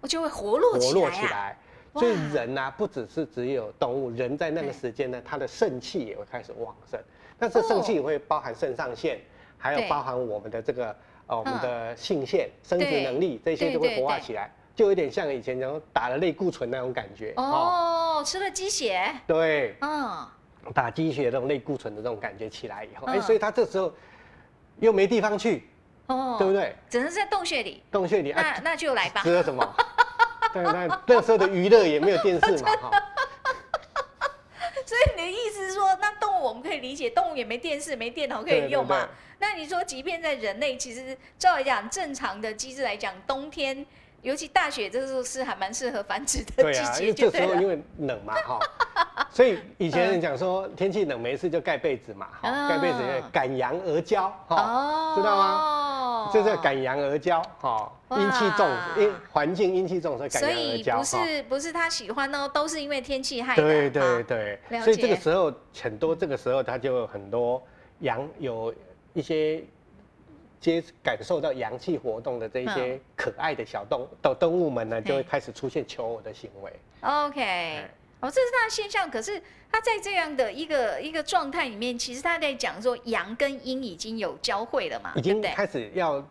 Speaker 3: 我哦就会活络
Speaker 4: 活
Speaker 3: 起
Speaker 4: 络
Speaker 3: 来
Speaker 4: 起
Speaker 3: 啊。
Speaker 4: 来。
Speaker 3: 哇
Speaker 4: 所以人呐、不只是只有动物，人在那个
Speaker 3: 对哦
Speaker 4: 时间呢，他的肾气也会开始旺盛。那这肾气也会包含肾上腺，还有
Speaker 3: 对
Speaker 4: 包含我们的这个呃我们
Speaker 3: 嗯
Speaker 4: 的性腺、生殖
Speaker 3: 对
Speaker 4: 能力这些
Speaker 3: 对
Speaker 4: 就会
Speaker 3: 对
Speaker 4: 活化
Speaker 3: 对
Speaker 4: 起来，就有点像以前讲打了类固醇那种感觉哦。
Speaker 3: 哦，吃了鸡血，
Speaker 4: 对，
Speaker 3: 嗯，
Speaker 4: 打鸡血那种类固醇的那种感觉起来以后，哎、
Speaker 3: 嗯
Speaker 4: 所以他这时候又没地方去，
Speaker 3: 哦，
Speaker 4: 对不？对？
Speaker 3: 只能是在洞穴里，
Speaker 4: 洞穴里
Speaker 3: 那
Speaker 4: 啊，
Speaker 3: 那就来吧
Speaker 4: 吃。了什么？ 对，那那时候的娱乐也没有电视嘛，哈、
Speaker 3: 所以你的意思是说，那动物我们可以理解，动物也没电视、没电脑可以用嘛
Speaker 4: 对对对？
Speaker 3: 那你说，即便在人类，其实照来讲，正常的机制来讲，冬天尤其大雪，这时候是还蛮适合繁殖的
Speaker 4: 对
Speaker 3: 季
Speaker 4: 啊，因
Speaker 3: 节，
Speaker 4: 为这
Speaker 3: 就
Speaker 4: 时
Speaker 3: 对
Speaker 4: 候
Speaker 3: 了。
Speaker 4: 因为冷嘛 哈，所以以前人讲说天气冷没事就盖被子嘛哈，
Speaker 3: 嗯
Speaker 4: 盖被子因为赶羊而骄哈，
Speaker 3: 哦
Speaker 4: 知道
Speaker 3: 吗
Speaker 4: 这叫赶羊而骄哈，
Speaker 3: 哦哇
Speaker 4: 阴气重，因环境阴气重所以赶
Speaker 3: 所
Speaker 4: 羊而
Speaker 3: 以
Speaker 4: 骄
Speaker 3: 不
Speaker 4: 哈。
Speaker 3: 是不是他喜欢哦，都是因为天气害的。
Speaker 4: 对对
Speaker 3: 啊，
Speaker 4: 对
Speaker 3: 了，
Speaker 4: 所以这个
Speaker 3: 解
Speaker 4: 时候很多这个时候他就有很多阳有一些。接感受到阳气活动的这一些可爱的小动的动物们呢，就会
Speaker 3: 嗯嘿
Speaker 4: 开始出现求偶的行为。
Speaker 3: OK，哦，这是他的现象。可是他在这样的一个一个状态里面，其实他在讲说阳跟阴已经有交汇了嘛，
Speaker 4: 已
Speaker 3: 对
Speaker 4: 经
Speaker 3: 不对？
Speaker 4: 开始要，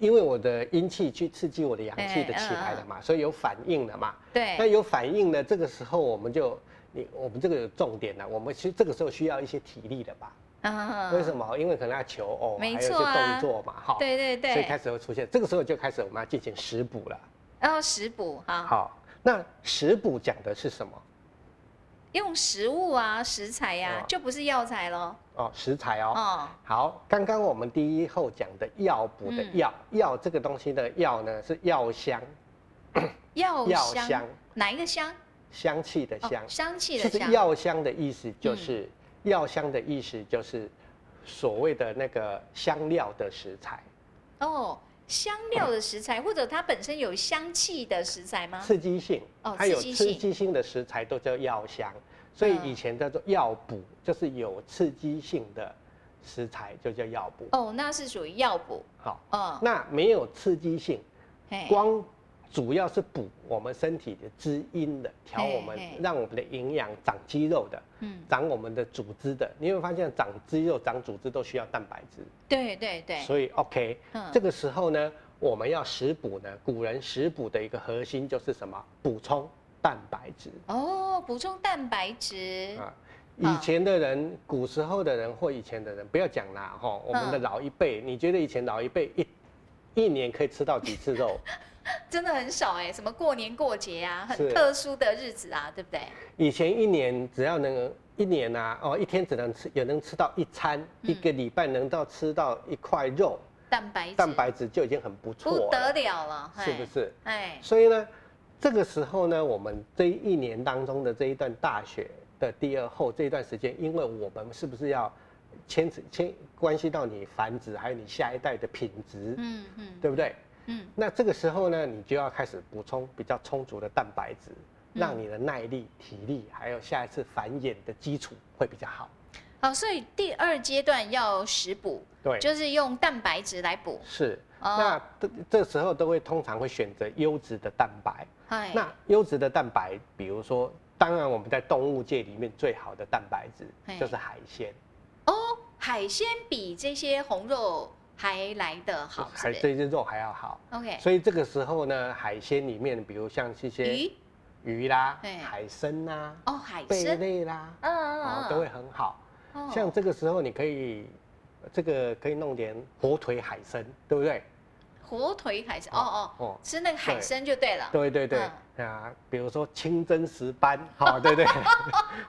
Speaker 4: 因为我的阴气去刺激我的阳气的起来了
Speaker 3: 哎嗯
Speaker 4: 嘛，所以有反应了嘛。那
Speaker 3: 对，
Speaker 4: 有反应了，这个时候我们就，你我们这个有重点了，我们其实这个时候需要一些体力的吧？
Speaker 3: 嗯
Speaker 4: 为什？么？因为可能要求偶，还有
Speaker 3: 没
Speaker 4: 一些
Speaker 3: 错啊
Speaker 4: 动作嘛，哈。
Speaker 3: 对对
Speaker 4: 所以开
Speaker 3: 对，
Speaker 4: 始会出现，这个时候就开始我们要进行食补了。
Speaker 3: 然后食补哈，
Speaker 4: 好，那食补讲的是什么？
Speaker 3: 用食物啊、食材呀
Speaker 4: 哦，
Speaker 3: 就不是药材喽。
Speaker 4: 哦，食材哦。
Speaker 3: 哦，
Speaker 4: 好，刚刚我们第一后讲的药补的
Speaker 3: 嗯
Speaker 4: 药，药这个东西的药呢是药香，
Speaker 3: 药
Speaker 4: 药
Speaker 3: 香
Speaker 4: 香
Speaker 3: 哪一个香？
Speaker 4: 香气的
Speaker 3: 哦
Speaker 4: 香。
Speaker 3: 香气
Speaker 4: 其
Speaker 3: 的
Speaker 4: 实
Speaker 3: 香。嗯
Speaker 4: 药香的意思就是，药香的意思就是所谓的那个香料的食材，
Speaker 3: 哦，香料的食材，或者它本身有香气的食材吗？
Speaker 4: 刺激性
Speaker 3: 啊哦，
Speaker 4: 它有
Speaker 3: 刺激性
Speaker 4: 刺激性的食材都叫药香，所以
Speaker 3: 嗯
Speaker 4: 以前叫做药补，就是有刺激性的食材就叫药补。
Speaker 3: 哦，那是属于药补。
Speaker 4: 好，
Speaker 3: 哦，哎
Speaker 4: 那没有刺激性，
Speaker 3: 嘿
Speaker 4: 光主要是补我们身体的滋阴的，调我们
Speaker 3: 嘿嘿
Speaker 4: 让我们的营养长肌肉的，
Speaker 3: 嗯，
Speaker 4: 长我们的组织的。你会发现长肌肉、长组织都需要蛋白质。
Speaker 3: 对对对，
Speaker 4: 所以 OK，、
Speaker 3: 嗯
Speaker 4: 这个时候呢，我们要食补呢，古人食补的一个核心就是什么？补充蛋白质
Speaker 3: 哦，补充蛋白质，
Speaker 4: 啊。
Speaker 3: 嗯
Speaker 4: 以前的人，古时候的人或以前的人，不要讲啦，哈，
Speaker 3: 嗯
Speaker 4: 我们的老一辈，你觉得以前老一辈一一年可以吃到几次 肉？
Speaker 3: 真的很少哎、什么过年过节啊，很
Speaker 4: 是
Speaker 3: 特殊的日子啊，对不对？
Speaker 4: 以前一年只要能一年啊，哦，一天只能吃，也能吃到一餐，
Speaker 3: 嗯
Speaker 4: 一个礼拜能到吃到一块肉，
Speaker 3: 蛋白质，
Speaker 4: 蛋白质就已经很不
Speaker 3: 不
Speaker 4: 错
Speaker 3: 得
Speaker 4: 了，
Speaker 3: 了了，
Speaker 4: 是不
Speaker 3: 嘿？
Speaker 4: 是？
Speaker 3: 哎，
Speaker 4: 所以呢，这个时候呢，我们这一年当中的这一段大学的第二后这一段时间，因为我们是不是要牵扯牵关系到你繁殖，还有你下一代的品质，
Speaker 3: 嗯嗯
Speaker 4: 对不对？
Speaker 3: 嗯，
Speaker 4: 那这个时候呢，你就要开始补充比较充足的蛋白质，让你的耐力、体力，还有下一次繁衍的基础会比较好。
Speaker 3: 好，所以第二阶段要食补，
Speaker 4: 对，
Speaker 3: 就是用蛋白质来补，
Speaker 4: 是。
Speaker 3: 哦
Speaker 4: 那这这时候都会通常会选择优质的蛋白。
Speaker 3: 哎，
Speaker 4: 那优质的蛋白，比如说，当然我们在动物界里面最好的蛋白质
Speaker 3: 嘿
Speaker 4: 就是海鲜，
Speaker 3: 哦，海鲜比这些红肉还来得好，是
Speaker 4: 哦
Speaker 3: 哎
Speaker 4: 海
Speaker 3: 不是
Speaker 4: 这些肉还要好。
Speaker 3: ？OK，
Speaker 4: 所以这个时候呢，海鲜里面，比如像这些
Speaker 3: 鱼，
Speaker 4: 鱼啦
Speaker 3: 嘿、
Speaker 4: 海参啦、
Speaker 3: 哦，海
Speaker 4: 贝
Speaker 3: 参，嗯
Speaker 4: 类啦，
Speaker 3: 嗯
Speaker 4: 哦
Speaker 3: 嗯，
Speaker 4: 都会很好。
Speaker 3: 哦
Speaker 4: 像这个时候，你可以这个可以弄点火腿海参，对不对？
Speaker 3: 火腿海参，哦哦
Speaker 4: 哦，
Speaker 3: 吃那个海参就对了，
Speaker 4: 对对
Speaker 3: 嗯
Speaker 4: 对啊，比如说清蒸石斑，好，对对。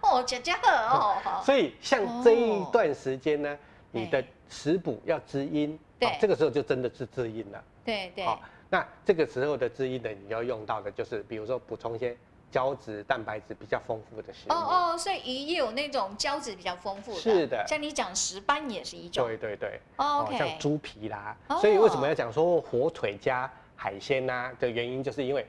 Speaker 3: 哦，姐姐哦，好
Speaker 4: 所以像这一段时间呢，你的
Speaker 3: 哎
Speaker 4: 食补要滋阴，哦
Speaker 3: 对
Speaker 4: 这个时候就真的是滋阴了。
Speaker 3: 对对，
Speaker 4: 好，那这个时候的滋阴呢，你要用到的就是，比如说补充一些胶质、蛋白质比较丰富的食物。哦，
Speaker 3: 哦哦，所以鱼也有那种胶质比较丰富的，
Speaker 4: 是的
Speaker 3: 像你讲石斑也是一种
Speaker 4: 对对对，
Speaker 3: 哦
Speaker 4: 哦，像
Speaker 3: ，OK，
Speaker 4: 猪皮啦
Speaker 3: 哦。
Speaker 4: 所以为什么要讲说火腿加海鲜呐、的原因，就是因为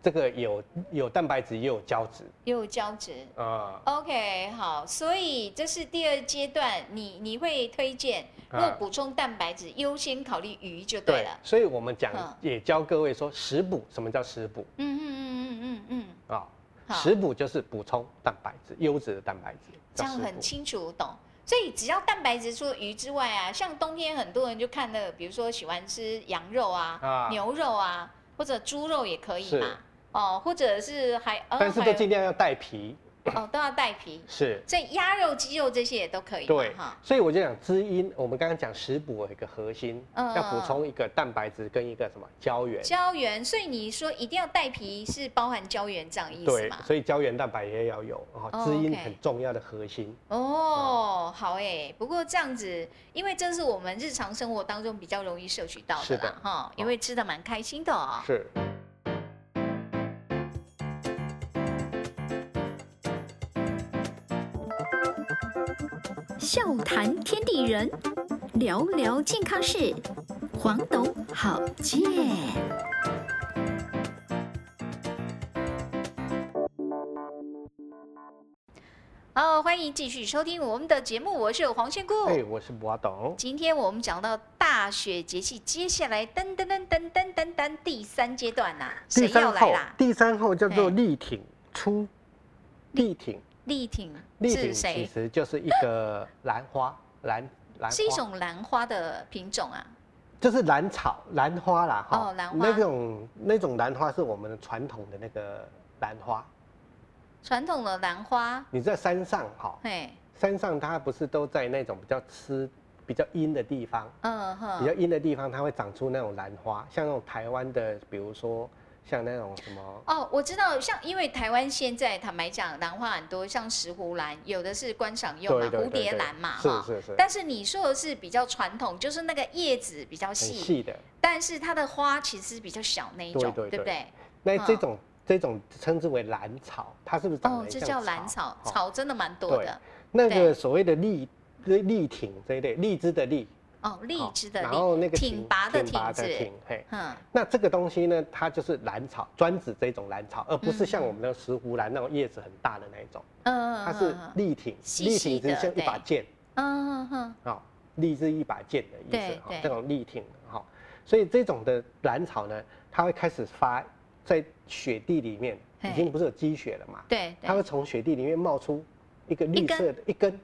Speaker 4: 这个有有蛋白质也有胶质
Speaker 3: 也有胶质。
Speaker 4: 啊。
Speaker 3: OK，好，所以这是第二阶段，你你会推荐，如果
Speaker 4: 啊
Speaker 3: 补充蛋白质，优先考虑鱼就对
Speaker 4: 对
Speaker 3: 了，。
Speaker 4: 所以我们讲
Speaker 3: 嗯
Speaker 4: 也教各位说食补，什么叫食补
Speaker 3: 嗯嗯嗯嗯嗯
Speaker 4: 啊？
Speaker 3: 嗯，好，
Speaker 4: 食补就是补充蛋白质，优质的蛋白质，
Speaker 3: 这
Speaker 4: 叫
Speaker 3: 样
Speaker 4: 食
Speaker 3: 很
Speaker 4: 补
Speaker 3: 清楚懂。所以只要蛋白质，除了鱼之外啊，像冬天很多人就看那个，比如说喜欢吃羊肉啊、
Speaker 4: 啊
Speaker 3: 牛肉啊，或者猪肉也可以
Speaker 4: 是
Speaker 3: 嘛。哦，或者是还，呃、
Speaker 4: 但是
Speaker 3: 还
Speaker 4: 都
Speaker 3: 有
Speaker 4: 尽量要带皮，
Speaker 3: 哦，都要带皮，
Speaker 4: 是。
Speaker 3: 所以鸭肉、鸡肉这些也都可以嘛。
Speaker 4: 对
Speaker 3: 哈，，
Speaker 4: 所以我就讲滋阴。我们刚刚讲食补有一个核心，
Speaker 3: 嗯
Speaker 4: 要补充一个蛋白质跟一个什么胶原，
Speaker 3: 胶原，所以你说一定要带皮是包含胶原这样意思
Speaker 4: 对
Speaker 3: 嘛，？
Speaker 4: 所以胶原蛋白也要有啊
Speaker 3: 哦。
Speaker 4: 滋阴
Speaker 3: OK
Speaker 4: 很重要的核心，
Speaker 3: 哦，好诶，不过这样子，因为这是我们日常生活当中比较容易摄取到的
Speaker 4: 是
Speaker 3: 啦
Speaker 4: 的，
Speaker 3: 哈，因为吃的蛮开心的哦。
Speaker 4: 是
Speaker 1: 笑谈天地人，聊聊健康事。黄董好健，
Speaker 3: 好，欢迎继续收听我们的节目，我是黄仙姑。
Speaker 4: 哎，我是博董，
Speaker 3: 今天我们讲到大雪节气，接下来噔噔噔噔噔噔噔第三阶段呐、谁
Speaker 4: 第
Speaker 3: 要
Speaker 4: 三
Speaker 3: 来
Speaker 4: 号
Speaker 3: 啦，？
Speaker 4: 第三号叫做
Speaker 3: 哎
Speaker 4: 力挺出，力挺，
Speaker 3: 力挺
Speaker 4: 力挺
Speaker 3: 是
Speaker 4: 其
Speaker 3: 谁？
Speaker 4: 实就是一个兰花，兰兰
Speaker 3: 是一
Speaker 4: 花，
Speaker 3: 种兰花的品种啊。
Speaker 4: 就是兰草兰花啦，
Speaker 3: 哦兰花
Speaker 4: 那种那种兰花是我们传统的那个兰花，
Speaker 3: 传统的兰花，
Speaker 4: 你在山上哈，
Speaker 3: 嘿，
Speaker 4: 山上它不是都在那种比较湿、比较阴的地方，
Speaker 3: 嗯
Speaker 4: 比较
Speaker 3: 哼，
Speaker 4: 阴的地方它会长出那种兰花，像那种台湾的，比如说像那种什么，
Speaker 3: 哦，我知道，像因为台湾现在坦白讲，兰花很多，像石斛兰，有的是观赏用嘛，
Speaker 4: 对对
Speaker 3: 蝴
Speaker 4: 对
Speaker 3: 蝶
Speaker 4: 对
Speaker 3: 兰嘛，
Speaker 4: 是
Speaker 3: 哈
Speaker 4: 是是
Speaker 3: 但是你说的是比较传统，就是那个叶子比较
Speaker 4: 很
Speaker 3: 细，
Speaker 4: 细的，
Speaker 3: 但是它的花其实比较小那一种，
Speaker 4: 对对
Speaker 3: 不
Speaker 4: 对
Speaker 3: 对？
Speaker 4: 那
Speaker 3: 嗯
Speaker 4: 这种、这种称之为兰草，它是不是长
Speaker 3: 哦，
Speaker 4: 得
Speaker 3: 这
Speaker 4: 像
Speaker 3: 叫兰草，
Speaker 4: 哦
Speaker 3: 草真的蛮多的。
Speaker 4: 那
Speaker 3: 对
Speaker 4: 个所谓的荔荔挺这一类，荔枝的荔，
Speaker 3: 哦，荔
Speaker 4: 哦
Speaker 3: 枝的
Speaker 4: 然
Speaker 3: 荔，
Speaker 4: 后那个
Speaker 3: 挺拔的
Speaker 4: 挺拔的
Speaker 3: 挺字
Speaker 4: 挺，嘿。
Speaker 3: 嗯，
Speaker 4: 那这个东西呢，它就是兰草，专指这种兰草，而不是像
Speaker 3: 嗯
Speaker 4: 我们的石斛兰那种叶子很大的那一种，
Speaker 3: 嗯，
Speaker 4: 它是力挺，
Speaker 3: 细
Speaker 4: 力
Speaker 3: 细
Speaker 4: 挺
Speaker 3: 的
Speaker 4: 是像一把
Speaker 3: 对
Speaker 4: 剑
Speaker 3: 嗯嗯嗯，
Speaker 4: 啊，力是一把剑的意
Speaker 3: 对
Speaker 4: 思哈
Speaker 3: 对，
Speaker 4: 这种力挺哈，所以这种的兰草呢，它会开始发在雪地里面，
Speaker 3: 嘿
Speaker 4: 已经不是有积雪了嘛，
Speaker 3: 对
Speaker 4: 它
Speaker 3: 对，
Speaker 4: 会从雪地里面冒出一个
Speaker 3: 一
Speaker 4: 绿
Speaker 3: 根
Speaker 4: 色的一根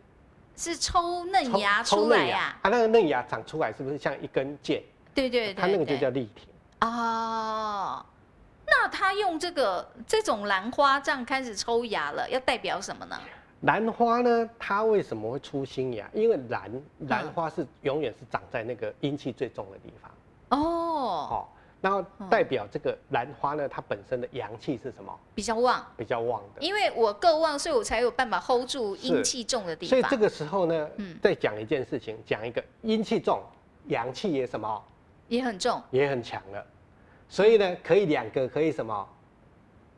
Speaker 3: 是抽嫩
Speaker 4: 抽
Speaker 3: 芽
Speaker 4: 抽
Speaker 3: 出
Speaker 4: 嫩
Speaker 3: 来
Speaker 4: 芽
Speaker 3: 呀，
Speaker 4: 啊，那个嫩芽长出来是不是像一根剑？
Speaker 3: 对对对，
Speaker 4: 它那个就
Speaker 3: 对
Speaker 4: 叫力挺。
Speaker 3: 哦，那他用这个这种兰花这样开始抽芽了，要代表什么呢？
Speaker 4: 兰花呢，它为什么会出新芽？因为兰
Speaker 3: 嗯
Speaker 4: 兰花是永远是长在那个阴气最重的地方，
Speaker 3: 哦，
Speaker 4: 哦，然后代表这个兰花呢，它本身的阳气是什么？
Speaker 3: 比较旺，
Speaker 4: 比较旺的。
Speaker 3: 因为我够旺，所以我才有办法 hold 住阴
Speaker 4: 是
Speaker 3: 气重的地
Speaker 4: 所以
Speaker 3: 方。
Speaker 4: 这个时候呢
Speaker 3: 嗯，
Speaker 4: 再讲一件事情，讲一个阴气重，阳气也什么
Speaker 3: 也很重，
Speaker 4: 也很强了，所以呢，可以两个可以什么？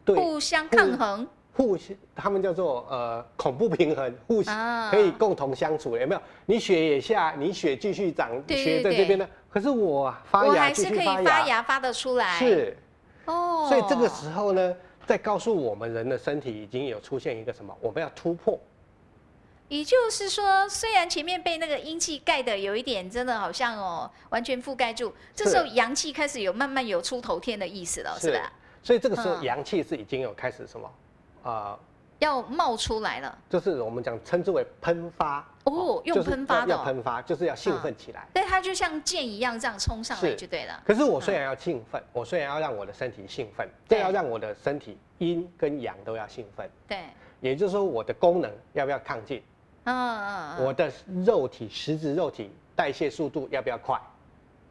Speaker 4: 对，
Speaker 3: 互相抗衡
Speaker 4: 互他们叫做呃恐怖平衡，互
Speaker 3: 啊
Speaker 4: 可以共同相处，有没有？你血也下，你血继续长，
Speaker 3: 对对
Speaker 4: 血在
Speaker 3: 对
Speaker 4: 这边呢，可是我发
Speaker 3: 我
Speaker 4: 芽
Speaker 3: 还
Speaker 4: 继
Speaker 3: 是
Speaker 4: 续
Speaker 3: 可以
Speaker 4: 发
Speaker 3: 发
Speaker 4: 芽，
Speaker 3: 芽发得出来。
Speaker 4: 是，
Speaker 3: 哦，
Speaker 4: 所以这个时候呢，在告诉我们人的身体已经有出现一个什么，我们要突破，
Speaker 3: 也就是说，虽然前面被那个阴气盖的有一点，真的好像哦，完全覆盖住，这
Speaker 4: 是
Speaker 3: 时候阳气开始有慢慢有出头天的意思哦了，是吧？
Speaker 4: 所以这个时候
Speaker 3: 嗯
Speaker 4: 阳气是已经有开始什么，呃，
Speaker 3: 要冒出来了。
Speaker 4: 就是我们讲称之为喷发
Speaker 3: 哦用
Speaker 4: 就是
Speaker 3: 喷发的
Speaker 4: 要
Speaker 3: 哦
Speaker 4: 要喷发，就是要兴奋起来。
Speaker 3: 对，它就像箭一样这样冲上来
Speaker 4: 是
Speaker 3: 就对了。
Speaker 4: 可是我虽然要兴奋，我虽然要让我的身体兴奋，
Speaker 3: 嗯对
Speaker 4: 这要让我的身体阴跟阳都要兴奋，
Speaker 3: 对，
Speaker 4: 也就是说我的功能要不要亢进，
Speaker 3: 嗯嗯，嗯
Speaker 4: 我的肉体实质肉体代谢速度要不要快，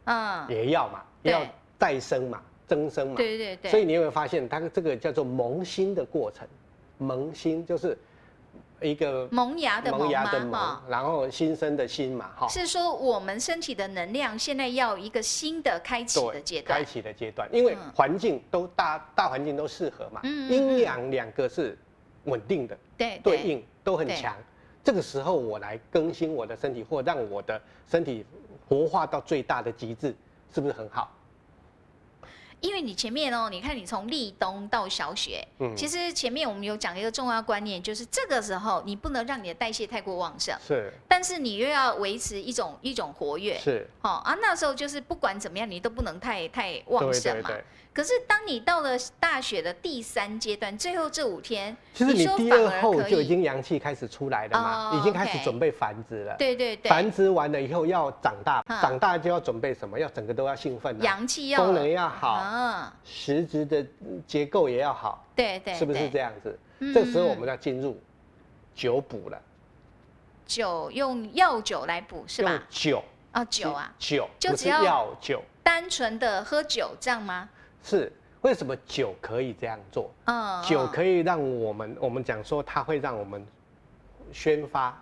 Speaker 3: 嗯，
Speaker 4: 也要嘛，
Speaker 3: 对
Speaker 4: 要再生嘛，增生嘛。
Speaker 3: 对对对，
Speaker 4: 所以你有没有发现，它这个叫做萌新的过程？萌新就是一个
Speaker 3: 萌芽的
Speaker 4: 萌
Speaker 3: 萌
Speaker 4: 芽
Speaker 3: 嘛
Speaker 4: 的
Speaker 3: 哈
Speaker 4: 萌，，然后新生的新嘛，哈，
Speaker 3: 是说我们身体的能量现在要一个新的开启的阶
Speaker 4: 开
Speaker 3: 段，
Speaker 4: 启的阶段，因为
Speaker 3: 嗯
Speaker 4: 环境都大大环境都适合嘛，
Speaker 3: 嗯嗯
Speaker 4: 阴阳两个是稳定的，
Speaker 3: 对
Speaker 4: 对应都很
Speaker 3: 对
Speaker 4: 强。这个时候我来更新我的身体，或让我的身体活化到最大的极致，是不是很好？
Speaker 3: 因为你前面哦，你看你从立冬到小雪，
Speaker 4: 嗯
Speaker 3: 其实前面我们有讲一个重要观念，就是这个时候你不能让你的代谢太过旺盛，
Speaker 4: 是
Speaker 3: 但是你又要维持一种一种活跃。
Speaker 4: 是，
Speaker 3: 哦啊，那时候就是不管怎么样，你都不能太太旺
Speaker 4: 对
Speaker 3: 盛
Speaker 4: 对
Speaker 3: 嘛。
Speaker 4: 对。
Speaker 3: 可是当你到了大雪的第三阶段，最后这五天，
Speaker 4: 其实你
Speaker 3: 说
Speaker 4: 第
Speaker 3: 反
Speaker 4: 二
Speaker 3: 而
Speaker 4: 后
Speaker 3: 可
Speaker 4: 就已
Speaker 3: 以
Speaker 4: 经阳气开始出来了嘛，
Speaker 3: 哦
Speaker 4: 已经开始
Speaker 3: OK
Speaker 4: 准备繁殖了。
Speaker 3: 对对对，
Speaker 4: 繁殖完了以后要长大，
Speaker 3: 嗯
Speaker 4: 长大就要准备什么？要整个都要兴奋啊，
Speaker 3: 阳气要
Speaker 4: 功能要好，
Speaker 3: 啊，
Speaker 4: 实质的嗯结构也要好，
Speaker 3: 对对，
Speaker 4: 是不是
Speaker 3: 对
Speaker 4: 这样子？
Speaker 3: 嗯
Speaker 4: 这时候我们要进入酒补了，
Speaker 3: 酒用药酒来补是
Speaker 4: 用
Speaker 3: 吧？
Speaker 4: 酒
Speaker 3: 啊，酒啊，
Speaker 4: 酒
Speaker 3: 就
Speaker 4: 不是
Speaker 3: 只要
Speaker 4: 药酒
Speaker 3: 单纯的喝酒这样吗？
Speaker 4: 是为什么酒可以这样做？
Speaker 3: 嗯，
Speaker 4: 酒
Speaker 3: 以
Speaker 4: 可以让我们，我们讲说它会让我们宣发